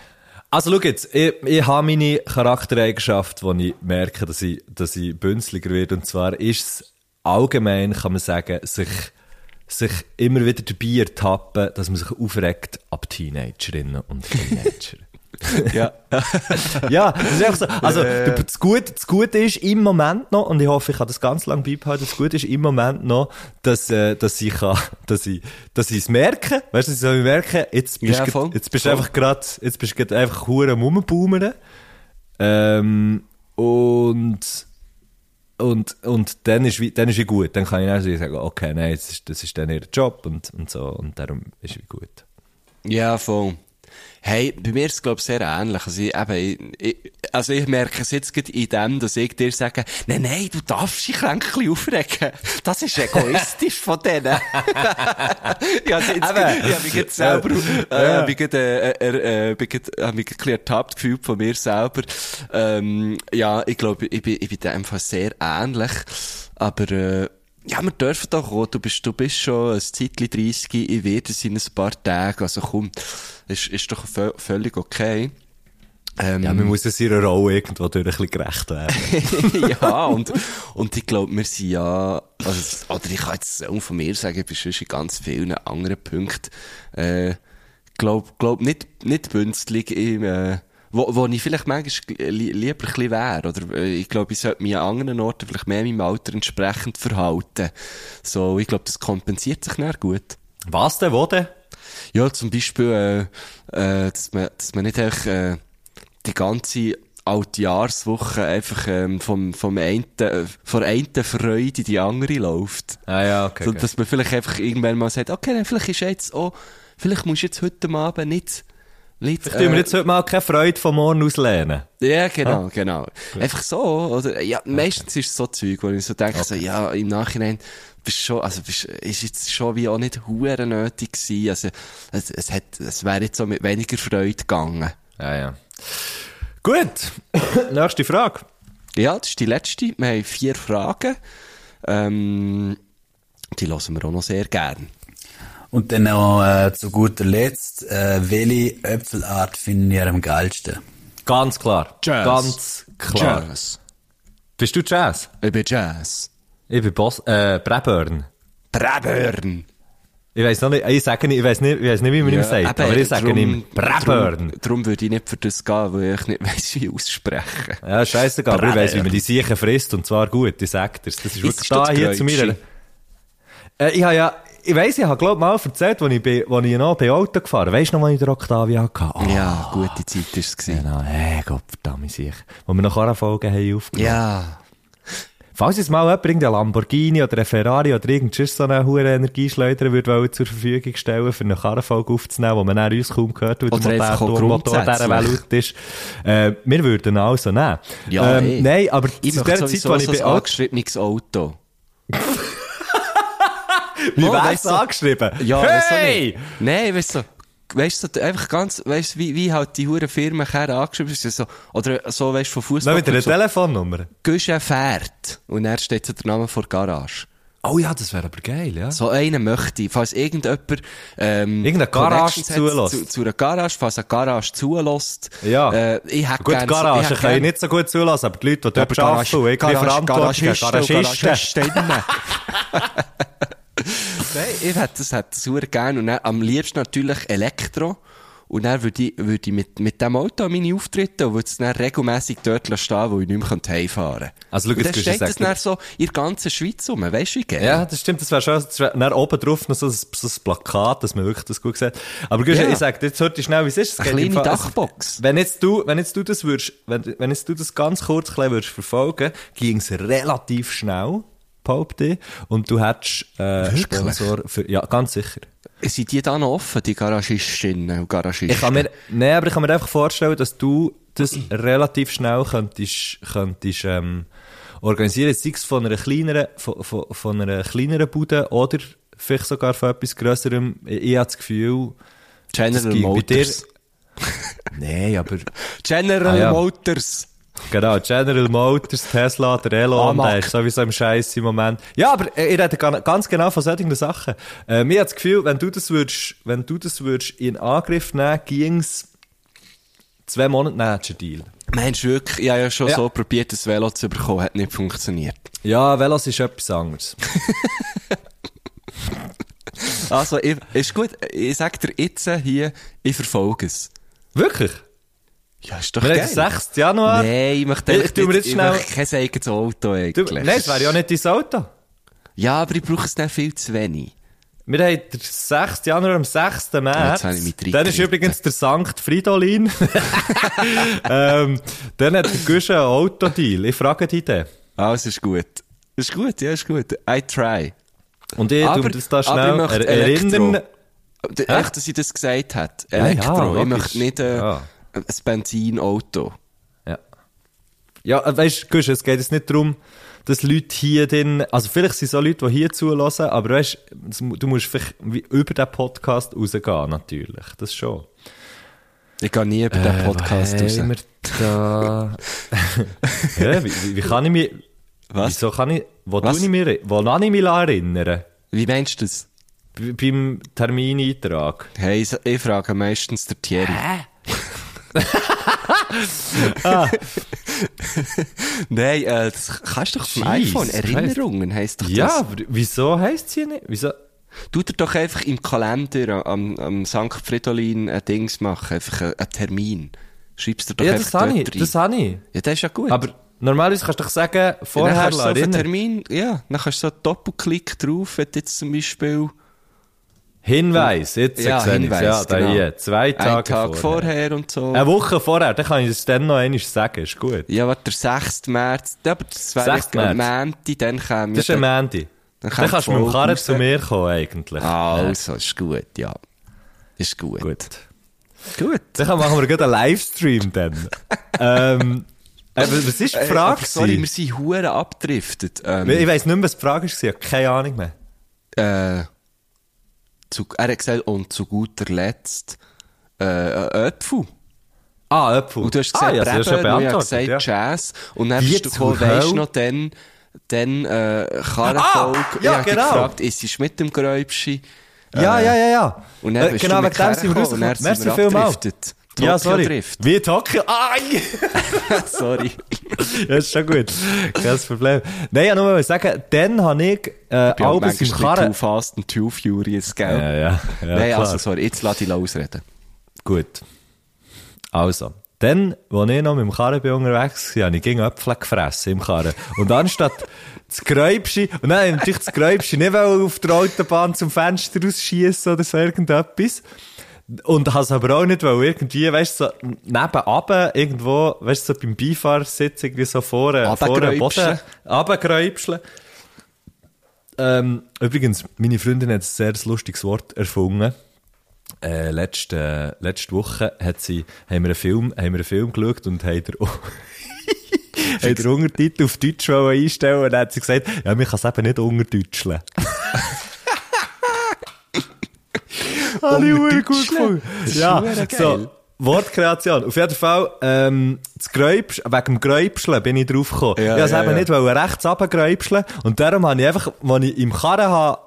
Also schau jetzt, ich, ich habe meine Charaktereigenschaft, wo ich merke, dass ich, dass ich bünzliger werde. Und zwar ist es allgemein, kann man sagen, sich, sich immer wieder dabei ertappen, dass man sich aufregt ab Teenagerinnen und Teenager.
Ja. Äh.
ja, das ist einfach so. Also, der- das, Gute, das Gute ist im Moment noch, und ich hoffe, ich kann das ganz lange beibehalten, das Gute ist im Moment noch, dass, äh, dass ich kann, dass ich, dass ich es merke, weißt du, dass ich so merke, jetzt bist
Ja,
du
voll,
grad- jetzt bist du
voll.
einfach gerade, jetzt bist du grad einfach hure am Rumbaumern. Ähm, und, und, und dann ist, wie, dann ist wie gut. Dann kann ich dann so sagen, okay, nein, das ist, das ist dann ihr Job und, und so, und darum ist wie gut.
Ja, voll. Hey, bei mir ist es, glaube ich, sehr ähnlich. Also ich, eben, ich, ich, also ich merke es jetzt gerade in dus dem, dass ich dir sage, nein, nein, du darfst dich ein bisschen aufregen. Das ist egoistisch von denen. ja, also jetzt,
Eben.
ich habe mich gerade selber, äh, habe mich gerade, äh, äh, äh, bin gerade- habe mich gerade ein bisschen ertappt gefühlt von mir selber. Ähm, ja, ich glaube, ich bin, ich bin in dem Fall sehr ähnlich. Aber, äh, ja, wir dürfen doch auch. Du bist, du bist schon ein Zeitchen 30, ich werde es in ein paar Tagen. Also komm, ist, ist doch vö- völlig okay. Ähm,
Ja, man muss es ihrer Rolle irgendwo durch ein bisschen gerecht werden.
ja, und, und ich glaube, wir sind ja, also, oder ich kann jetzt auch von mir sagen, ich bin sonst in ganz vielen anderen Punkten, äh, glaub, glaub nicht, nicht bünstlich im, äh, wo, wo ich vielleicht manchmal li lieber ein bisschen wäre, oder äh, ich glaube, ich sollte mich an anderen Orten vielleicht mehr meinem Alter entsprechend verhalten. So, ich glaube, das kompensiert sich dann gut.
Was denn, wo denn?
Ja, zum Beispiel, äh, äh, dass, man, dass man nicht einfach äh, die ganze Altjahrswoche einfach ähm, vom, vom einen, äh, von einer Freude in die andere läuft.
Ah ja, okay.
so,
okay.
Dass man vielleicht einfach irgendwann mal sagt, okay, dann vielleicht ist jetzt auch, vielleicht musst du jetzt heute Abend nicht... nicht äh,
Vielleicht tun wir jetzt heute mal keine Freude von morgen aus lernen.
ja, genau,
Ah.
genau. Einfach so, oder? Ja, meistens ist es so Zeug, wo ich so denke, so, ja, im Nachhinein bist schon, also bist, ist jetzt schon wie auch nicht hure nötig gewesen. Also, es, es hat, es wäre jetzt so mit weniger Freude gegangen.
Ja, Ah, ja. Gut, nächste Frage.
Ja, das ist die letzte. Wir haben vier Fragen. Ähm, die lassen wir auch noch sehr gern.
Und dann noch äh, zu guter Letzt, äh, welche Äpfelart finden ihr am geilsten?
Ganz klar.
Jazz.
Ganz klar.
Jazz.
Bist du Jazz?
Ich bin Jazz.
Ich bin Boss, äh, Braburn.
Braburn.
Ich weiß noch nicht, ich sage nicht, ich weiß nicht, ich weiß nicht, wie man ihm sagt, aber ich sage ihm Braburn.
Darum würde ich nicht für das gehen, weil ich nicht weiss, wie aussprechen.
Ja, scheißegal, aber ich weiss, wie man
Braburn.
die Siechen frisst, und zwar gut, ich sag dir's. Das ist wirklich
Isst du
da
das
hier zu mir.
Kreuzchen?
Äh, ich habe ja, ich weiss, ich habe glaub mal erzählt, als ich, bei- als ich noch bei Auto gefahren Weißt du noch, wann ich den Octavia hatte? Oh,
Ja, gute Zeit war es. gewesen.
Genau, hey, Gott, verdammt, ich. Wo wir noch Anfolgen haben aufgenommen.
Ja.
Falls jetzt mal jemand irgendeinen Lamborghini oder einen Ferrari oder irgendeinen so einen hohen Energieschleuder würde wollen zur Verfügung stellen, für eine Karrenfolge aufzunehmen, wo man dann uns kaum gehört, weil
Oder
der
einfach auch
Motor, Motor dieser
grundsätzlich.
laut ist, äh, wir würden also nehmen.
Ja, ey.
ähm, nein, aber
Ich
zu
möchte
der Zeit,
sowieso
wo
so
ich
ein
bei Auto,
angeschriebenes Auto.
wie
Oh,
wär's
weißt du-
angeschrieben?
Ja, weißt
hey!
du nicht. Nein, weißt du, weißt du, einfach ganz, weißt du, wie, wie halt die huren Firmen Kerl angeschrieben sind, so, oder äh, so, weißt du, von
Noch
Fußball.
wieder eine Telefonnummer.
Guschen fährt. Und dann steht so der Name vor der Garage.
Oh ja, das wäre aber geil, ja.
So einen möchte ich. Falls irgendjemand, ähm,
Irgendeine Garage
Connections hat
zulässt.
Zu, zu einer Garage, falls eine Garage zulässt.
Ja.
Äh, ich hätte
Gut,
gern- ich
Garagen
hätte
kann ich
gern-
nicht so gut zulassen, aber die Leute, die dort arbeiten, und irgendwie
Garage-
Verantwortung
Garagisten und
haben, Garagisten.
Garagistinnen. Nein, ich hätte das, hätte das super gerne. Und dann, am liebsten natürlich Elektro. Und dann würde ich, würde ich mit, mit dem Auto an meine Auftritte und würde es dann regelmässig dort stehen, wo ich nicht mehr heimfahren könnte.
Also schau, jetzt
und dann
kannst du
steht
sagen-
das dann so in der ganzen Schweiz rum. Weißt du, wie geil?
Ja, das stimmt, das wäre schon, das wär, dann oben drauf noch so ein, so ein Plakat, dass man wirklich das gut sieht. Aber Guschen,
Ja.
ich sag, dir jetzt hört ihr schnell, wie es ist. Es
Eine
geht im
kleine
Fall-
Dachbox.
Wenn jetzt du, wenn jetzt du das würdest, wenn, wenn jetzt du das ganz kurz klein würdest verfolgen, ging's relativ schnell, behaupte ich, und du hättest, äh,
Wirklich?
Sponsor für, ja, ganz sicher.
Sind die da noch offen, die Garagistinnen und Garagisten?
Ich kann mir, nee, aber ich kann mir einfach vorstellen, dass du das relativ schnell könntest, könntest ähm, organisieren, sei es von einer kleineren, von, von, von einer kleineren Bude oder vielleicht sogar von etwas Grösserem. Ich, ich habe das Gefühl, das
General
ging bei dir-
Motors.
Nein, aber...
General
Ah, ja.
Motors.
Genau, General Motors, Tesla, der Elon,
Amag.
der ist sowieso im Scheiß im Moment. Ja, aber äh, ich rede gan- ganz genau von solchen Sachen. Äh, mir hat das Gefühl, wenn du das würdest, wenn du das würdest in Angriff nehmen, ging's zwei Monate nach Deal.
Mensch, wirklich, ich habe ja schon
Ja.
so probiert, das Velo zu bekommen, hat nicht funktioniert.
Ja, Velos ist etwas anderes.
Also, ich, ist gut, ich sag dir jetzt hier, ich verfolge es.
Wirklich?
Ja, ist doch
Wir haben
geil.
den 6. Januar.
Nein, ich möchte
Ich-
echt
tu mir
nicht-
jetzt schnell-
möchte kein eigenes Auto
Du,
eigentlich.
nein, es wäre ja nicht dein Auto.
Ja, aber ich brauche es dann viel zu wenig.
Wir haben den 6. Januar am 6. März.
Jetzt habe ich mich
dann ist
reingeritten.
übrigens der Sankt Fridolin. ähm, dann hat der Guschen einen Autodeal. Ich frage dich den.
Alles Also, ist gut. Ist gut, ja, ist gut. I try.
Und ich tu das da
aber ich
schnell
möchte
er erinnern.
Elektro. D- Echt, dass ich das gesagt hat.
ja,
Elektro. ich
logisch.
möchte nicht äh,
Ja.
ein Benzinauto.
Ja. Ja, äh, weisst du, Guschen, es geht jetzt nicht darum, dass Leute hier drin, also vielleicht sind so Leute, die hier zulassen, aber weißt du, du musst vielleicht wie über den Podcast rausgehen, natürlich. Das schon.
Ich gehe nie über den Podcast
Äh,
raus.
haben wir da. ja, wie, wie, wie kann ich mich.
Was?
Wieso kann ich. Wo
Was?
tue ich mich. Wo kann ich mich erinnern?
Wie meinst du das?
B beim Termineintrag.
Hey, ich- ich frage meistens der Thierry. Hä?
Ah.
Nein, äh, das kannst du doch vom
Jeez,
iPhone.
Christ.
Erinnerungen heisst doch das.
Ja, aber wieso heisst sie nicht? Wieso?
Tu dir doch einfach im Kalender am, am St. Fridolin ein Dings machen. Einfach einen- einen Termin. Schreibst du doch
Ja,
einfach
das habe ich.
dort rein.
Das habe ich.
Ja, das ist ja gut.
Aber normalerweise kannst du doch sagen,
dann
vorher
kannst du so auf einen
erinnern.
Termin, ja, dann kannst du so einen Doppelklick drauf, wenn du jetzt zum Beispiel,
Hinweis, jetzt
Ja,
sehe ich's.
Hinweis,
ja, da
genau.
hier. Zwei
Ein Tag
Tage
vorher.
vorher. Äh,
und so.
Eine Woche vorher, dann kann ich es dann noch einmal sagen, ist gut.
ja, warte, der 6. März, ja, aber das
6.
wäre am
März.
Mänti, dann käme
Das ist ein
der-
Mandy.
Dann
Dann,
kommt
kannst du mit dem
Folge
Karren
raus.
zu mir kommen, eigentlich.
Also, ist gut, ja. Ist gut.
Gut.
Gut.
Dann machen wir gleich einen Livestream dann. ähm, aber was ist die
Ey,
Frage?
Äh, aber sorry, wir
gewesen?
sind Huren abgedriftet.
ich
Ähm,
weiss nicht mehr, was die Frage war, ich habe keine Ahnung mehr.
äh, zu, er hat gesagt, und zu guter Letzt, äh, äh, Öpfel.
Ah, Öpfel.
Und du hast gesagt,
ah, ja, das hast du
Breben, und ich habe
beantwortet,
gesagt,
ja.
Jazz. Und dann
Wie
bist du
zur
gekommen, weisst
Hölle?
du noch, dann, dann, äh, Karrenfolge.
Ah, ja,
ich hab dich
genau.
gefragt, ist sie mit dem Gröbschi? Äh,
Ja, ja, ja, ja. Eh,
Und dann bist
genau, wegen dem sind
du mit
wir
Karren gekommen
rausgekommen.
und dann sind
Merci
wir
vielmals.
abgedriftet.
Ja,
Tokio
sorry.
Drift.
Wie Tokio. Ah, ja.
Sorry.
Ja, ist schon gut. Kein Problem. Nein, ich wollte nur sagen, dann habe ich äh,
Ich bin halt
Albus im
manchmal ein bisschen too
Karren...
fast und too furious, gell?
Ja, ja. ja
Nein,
klar.
also sorry, jetzt lass ich losreden.
Gut. Also. Dann, als ich noch mit dem Karren bin unterwegs war, habe ich gegen Äpfel gefressen im Karren. Und anstatt das Gräubschi, und dann habe ich natürlich das Gräubschi nicht wollen auf der Autobahn zum Fenster rausschießen oder so irgendetwas. Und habe es aber auch nicht wollen, irgendwie, weißt du, so nebenan, irgendwo, weißt du, so beim Beifahrersitz irgendwie so vorne, vorne am Boden,
Runtergräubschen.
runtergräubschen. Ähm, übrigens, meine Freundin hat ein sehr lustiges Wort erfunden. Äh, letzte, letzte Woche hat sie, haben, wir einen Film, haben wir einen Film geschaut und haben den, haben den Untertitel auf Deutsch wollen einstellen und dann hat sie gesagt, ja, man kann es eben nicht unterdeutscheln. Alle Uhr gut gefunden. Ja, so. Wortkreation. Auf jeden Fall, ähm, das Gräubsch, wegen dem Gräubscheln bin ich drauf gekommen.
Ja,
ich wollte es
ja,
eben
ja.
nicht wollen, rechts runtergräubscheln. Und darum habe ich einfach, als ich im Karren habe,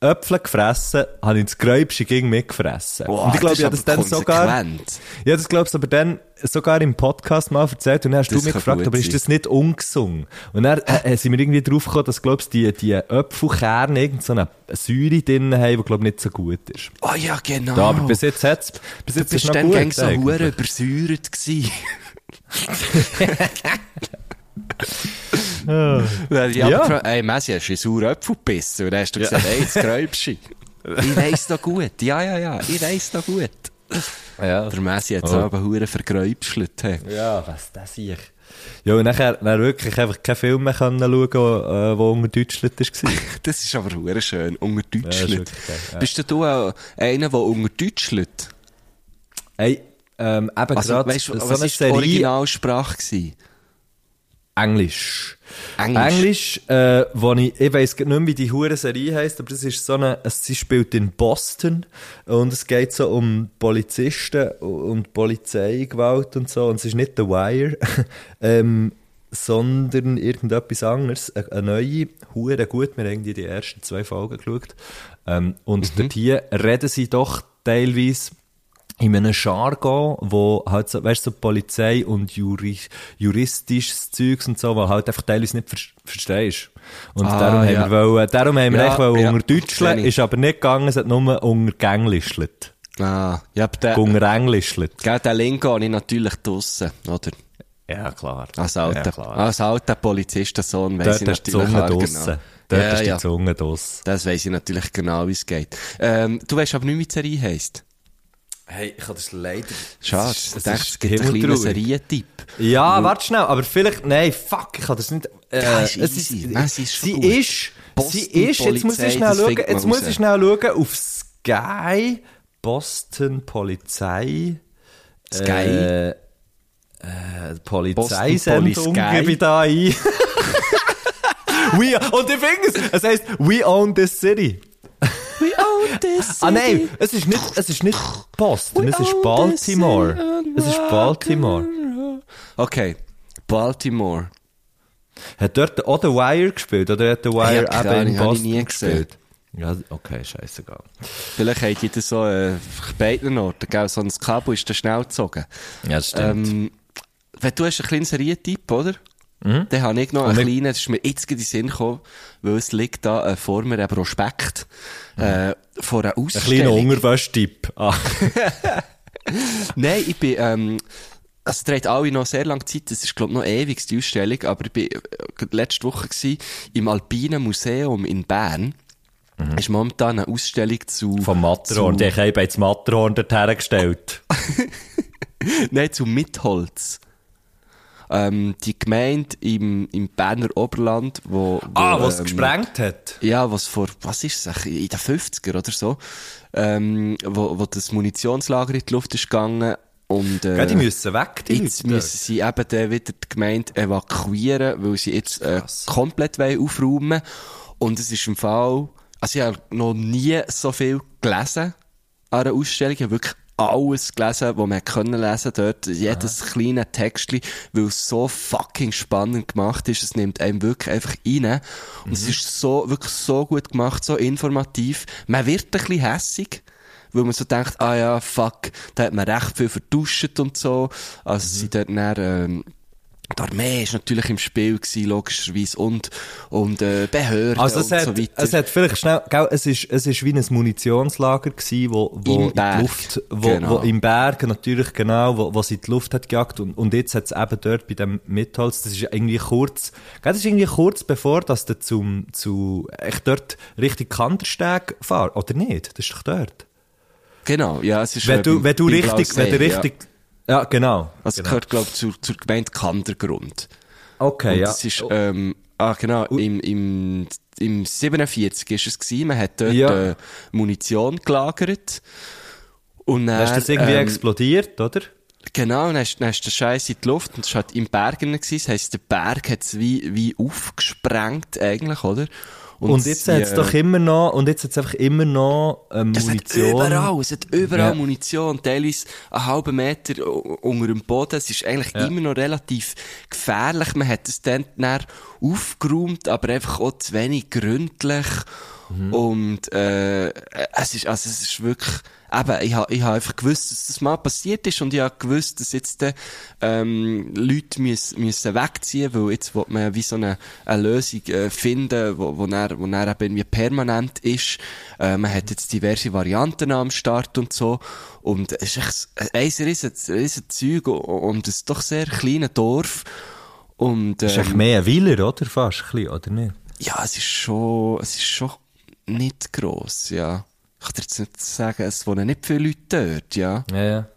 Äpfel gefressen, habe ich das Gräubsche gegen mich gefressen. und ich glaube, ich habe das dann sogar, ja, das glaubst aber dann sogar im Podcast mal erzählt und dann hast
Das
du mich
kann
gefragt,
gut
aber ist
sein.
das nicht ungesund? Und dann äh, äh, sind wir irgendwie drauf gekommen, dass, glaubst die, die Äpfelkerne irgendeine Säure drin haben, die, glaube nicht so gut ist.
Oh ja, genau.
Ja, aber bis jetzt hat's, bis
du
jetzt ist
bist
noch
dann
gut.
gäng so
eigentlich.
hure übersäuert gewesen. Weil ich
Ja.
ja. gefragt, ey, Messi, hast du in sauren Äpfel gebissen? Und dann hast du gesagt, ey, jetzt gräubst du. Ich weiss noch gut. Ja, ja, ja, ich weiss noch gut.
Ja.
Der Messi hat es
Oh.
aber hure vergräubschelt. hey.
Ja, was das ich. Ja, und nachher, dann wirklich einfach keinen Film mehr können schauen, der äh, wo unter Deutschland war.
Das ist aber hure schön.
Ja, ist
Unterdeutschelt.
wirklich geil, ja.
Bist denn du auch einer, der unterdeutschelt?
Hey, ähm, eben
Also,
gerade
weißt du,
so
was
eine
ist die
Serie
Originalsprache gewesen?
Englisch.
Englisch.
Englisch, äh, wo ich, ich weiss grad nicht mehr, wie die hure Serie heisst, aber das ist so eine, es- sie spielt in Boston und es geht so um Polizisten und Polizeigewalt und so und es ist nicht The Wire, ähm, sondern irgendetwas anderes, eine, eine neue, hure gut, wir haben irgendwie die ersten zwei Folgen geschaut ähm, und
Mhm.
dort hier reden sie doch teilweise in einem Jargon, wo halt so, weißt du, so Polizei und Juri juristisches Zeugs und so, wo halt einfach teilweise nicht ver verstehst. Und
Ah,
darum,
ja.
haben wir wollen, darum haben wir
Ja,
echt wollen
ja.
unter Deutschland,
Kenn ich.
ist aber nicht gegangen, es hat nur unter Gänglischlet.
Ah, ja, aber der,
Unter Englischlet.
gell, der Lingo habe ich natürlich draussen, oder?
Ja, klar.
Als
ja,
alter,
klar.
als alter Polizistensohn weiss
Dort
ich
ist die
natürlich
Zunge
auch genau.
draussen. Dort
ja,
ist die
ja,
Zunge draussen.
das weiss ich natürlich genau, wie es geht. Ähm, du weißt aber nicht, wie die Serie heisst.
Hey, ich habe das leider...
Schade,
Es ist-
ich
es
dachte,
ist
es gibt einen kleinen
himmeltraurig.
Serientipp.
Ja, warte schnell, aber vielleicht, nein, fuck, ich kann das nicht. Äh,
Ja, ist
es
easy.
ist,
Nein, sie ist schon
sie
gut.
ist,
Boston
sie ist, jetzt muss
Polizei,
ich schnell
das
schauen,
findet man
jetzt muss
raus.
ich schnell schauen auf Sky, Boston Polizei,
Sky?
äh, äh,
Boston
Polizeisendung
Poli Sky.
gebe ich da ein. We, und ich finde es, es heisst, we own this city.
We own this
Ah nein, es ist nicht, es ist nicht Boston, es ist Baltimore. Es ist Baltimore.
Okay, Baltimore.
Hat dort auch The Wire gespielt? Oder hat The Wire
Ah, Ja,
eben
keine
in
Ahnung, habe ich
Boston
nie
gespielt? Ja, okay, scheißegal.
Vielleicht habt ihr das so äh, beiden Orten, gell? So ein Kabel ist dann schnell gezogen.
Ja, das stimmt.
Ähm, wenn du hast einen kleinen Serientipp, oder?
Mhm.
Dann habe ich noch einen kleinen, das ist mir jetzt gerade in den Sinn gekommen, weil es liegt da äh, vor mir ein Prospekt äh, vor einer
Mhm. Ein kleiner
Ausstellung.
Unterwäsch-Tipp. Ah,
Nein, ich bin... Ähm, also, es trägt alle noch sehr lange Zeit, das ist glaube ich noch ewig die äh, Ausstellung, aber ich war letzte Woche gewesen, im Alpinen Museum in Bern. ist momentan eine Ausstellung zu...
Mhm. Vom Matterhorn.
Zu,
Die haben eben das Matterhorn dorthin gestellt.
nein, zu Mitholz. Ähm, die Gemeinde im, im Berner Oberland, wo... wo
Ah, was es
ähm,
gesprengt hat.
Ja, was vor, was ist das, in den 50er oder so, ähm, wo, wo das Munitionslager in die Luft ist gegangen und, äh,
Ja, die müssen weg, die
Jetzt
Leute.
müssen sie eben dann wieder die Gemeinde evakuieren, weil sie jetzt äh, komplett wollen aufräumen Und es ist im Fall, also ich habe noch nie so viel gelesen an einer Ausstellung. Ich habe wirklich alles gelesen, was man können lesen dort. Jedes kleine Textchen, weil es so fucking spannend gemacht ist. Es nimmt einem wirklich einfach rein. Und es ist so, wirklich so gut gemacht, so informativ. Man wird ein bisschen hässig weil man so denkt, ah ja, fuck, da hat man recht viel vertuscht und so. Also sie dort dann, ähm, die Armee ist natürlich im Spiel gewesen, logischerweise, und, und, äh, Behörden
Also es
und
hat,
so weiter.
es hat vielleicht schnell, gell, es ist, es ist wie ein Munitionslager gewesen, wo,
Im
wo in
Berg,
die Luft, wo,
genau.
wo im Berg natürlich genau, wo, wo sie in die Luft hat gejagt und, und jetzt hat es eben dort bei dem Mitholz, das ist irgendwie kurz, gell, das ist irgendwie kurz bevor, dass du zum, zu, echt dort Richtung Kandersteg fahr, oder nicht? Das ist doch dort.
genau, ja, es ist
Wenn
äh,
du,
beim-
wenn du
beim
richtig, wenn du
Blausee,
richtig,
Ja.
ja, genau.
Also, es
genau.
gehört, glaube ich, zur, zur Gemeinde Kandergrund.
Okay,
Und
ja.
das ist, ähm, ah, genau, im, im, im 47 ist es gewesen, man hat dort,
Ja.
äh, Munition gelagert. Und dann,
Dann ist das irgendwie
ähm,
explodiert, oder?
Genau, dann hast, dann hast du den Scheiß in die Luft und es war halt im Berg drin gewesen. Das heisst, der Berg hat es wie, wie aufgesprengt eigentlich, oder?
Und, jetzt
sie,
hat es
äh,
doch immer noch, und jetzt hat's einfach immer noch ähm,
es hat
Munition.
überall, es hat überall
Ja.
Munition, teilweise einen halben Meter u- unter dem Boden. Es ist eigentlich immer noch relativ gefährlich. Man hat es dann, dann aufgeräumt, aber einfach auch zu wenig gründlich.
Mhm.
Und äh, es ist, also es ist wirklich, eben, ich habe ich ha einfach gewusst, dass das mal passiert ist und ich habe gewusst, dass jetzt dann, ähm, Leute müssen, müssen wegziehen, weil jetzt will man ja wie so eine, eine Lösung äh, finden, wo, wo, dann, wo dann eben irgendwie permanent ist. Äh, man hat jetzt diverse Varianten am Start und so. Und es ist echt äh, ein riesen, riesen Zeug und es ist doch sehr kleines Dorf. Und,
Das ist echt
ähm,
mehr ein Weiler, oder? Fast, ein bisschen, oder nicht?
ja, es ist schon, es ist schon nicht gross, ja. Ich kann dir jetzt nicht sagen, es wohnen nicht viele Leute dort, ja.
Ja, ja.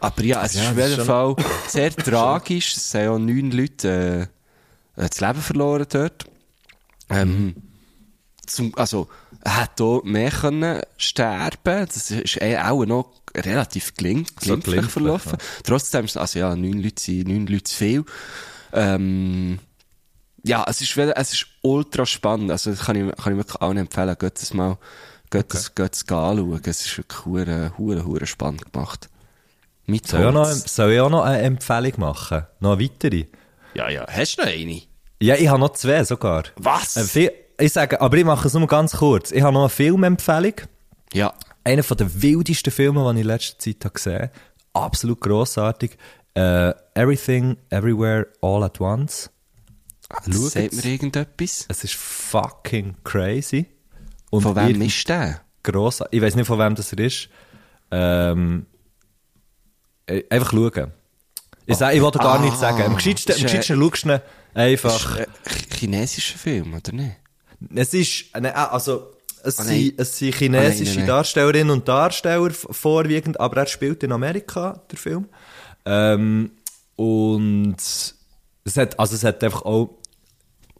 Aber ja, es ist auf
das
jeden
ist
Fall sehr tragisch. Es haben auch neun Leute äh, äh, das Leben verloren dort. Ähm, zum, also, er hätte auch mehr können sterben Das ist eh auch noch relativ glink,
So
glimpflich
glimpflich,
verlaufen. Trotzdem, ist- also ja, neun Leute sind neun Leute zu viel. Ähm, ja, es ist, wieder- es ist ultra spannend. Also, das kann ich, kann ich wirklich allen empfehlen. Geht das mal, geht das, geht das anschauen. Es ist wirklich hure, hure, hure spannend gemacht. Mit
Soll ich, auch noch,
Holz.
soll ich auch noch eine Empfehlung machen? Noch eine weitere?
Ja, ja. Hast du noch eine?
Ja, ich habe noch zwei sogar.
Was?
Äh, viel, ich sage, aber ich mache es nur ganz kurz. Ich habe noch eine Filmempfehlung.
Ja.
Einer von der wildesten Filme, die ich in letzter Zeit habe gesehen habe. Absolut grossartig. Äh, Everything, Everywhere, All at Once.
Das
Schau
sagt
jetzt.
mir irgendetwas?
Es ist fucking crazy. Und
Von wem
ihr-
ist der?
gross. Ich weiß nicht, von wem das er ist. Ähm, äh, einfach schauen. Ich, sag, ich wollte gar
Ah.
nichts sagen. Am gescheitsten, am
Ist, äh,
gescheitsten schaust du ihn einfach.
Ach. äh, Chinesischer Film, oder nicht?
Es ist, äh, nein, ah, also, es,
Oh nein.
sind, es sind
Oh
chinesische
nein, nein, nein.
Darstellerinnen und Darsteller v- vorwiegend, aber er spielt in Amerika, der Film. Ähm, und es hat, also es hat einfach auch,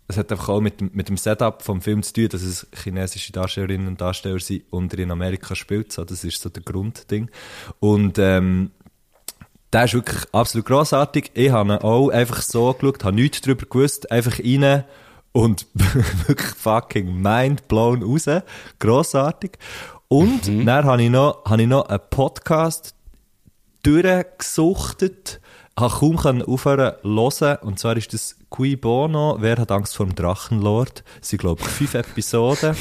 es hat einfach auch mit, dem- mit dem Setup vom Film zu tun, dass es chinesische Darstellerinnen und Darsteller sind und er in Amerika spielt. So, das ist so der Grundding. Und, ähm, der ist wirklich absolut grossartig. Ich habe ihn auch einfach so geschaut, habe nichts darüber gewusst, einfach rein und wirklich fucking mind blown raus. Grossartig. Und dann habe ich noch, habe ich noch einen Podcast durchgesuchtet, habe kaum können aufhören zu hören. Und zwar ist das Qui Bono, «Wer hat Angst vor dem Drachenlord?» Es sind, glaube ich, fünf Episoden.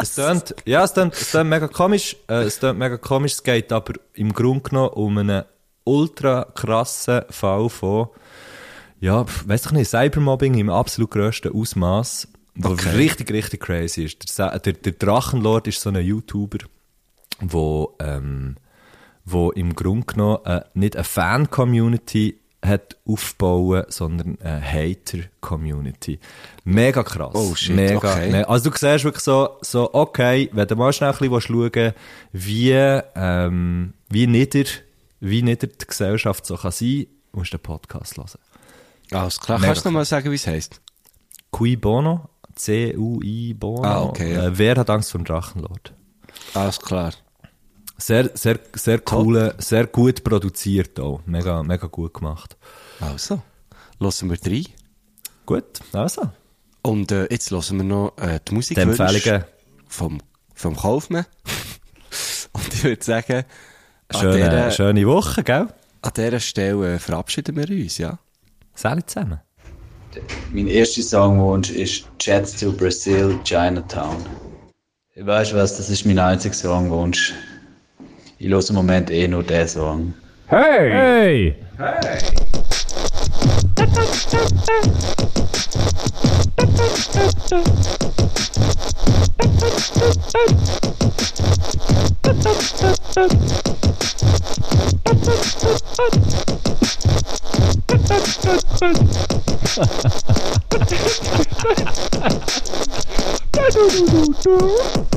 Es tönt, ja, es tönt, es tönt mega komisch. Äh, es tönt mega komisch. Es geht aber im Grunde genommen um einen ultra krassen Fall von, ja, pf, weiss ich nicht, Cybermobbing im absolut grössten Ausmaß, wo richtig, richtig crazy ist. Der, Sa- der, der Drachenlord ist so ein YouTuber, wo, ähm, wo im Grunde genommen äh, nicht eine Fan-Community hat aufbauen, sondern eine Hater-Community. Mega krass.
Oh shit,
mega,
okay.
me- Also du siehst wirklich so, so okay, wenn du mal schnell ein bisschen schauen willst, wie, ähm, wie, nieder, wie nieder die Gesellschaft so kann sein musst du den Podcast hören.
Alles klar.
Mega
Kannst du noch mal sagen, wie es heisst?
Cui Bono, C-U-I Bono.
Ah, okay, ja.
äh, wer hat Angst vor dem Drachenlord?
Alles klar.
Sehr, sehr, sehr cool, sehr gut produziert auch. Mega, mega gut gemacht.
Also, hören wir drei.
Gut, also.
Und äh, jetzt hören wir noch äh, die Musik
Die Empfehlungen.
vom, vom Kaufmann. Und ich würde sagen, an
Schöne,
dieser,
schöne Woche, gell?
an dieser Stelle äh, verabschieden wir uns, ja?
Salut zusammen.
Mein erster Songwunsch ist Jets to Brazil, Chinatown. Weißt du was, das ist mein einziger Songwunsch. Ich höre im Moment eh nur den Song.
Hey!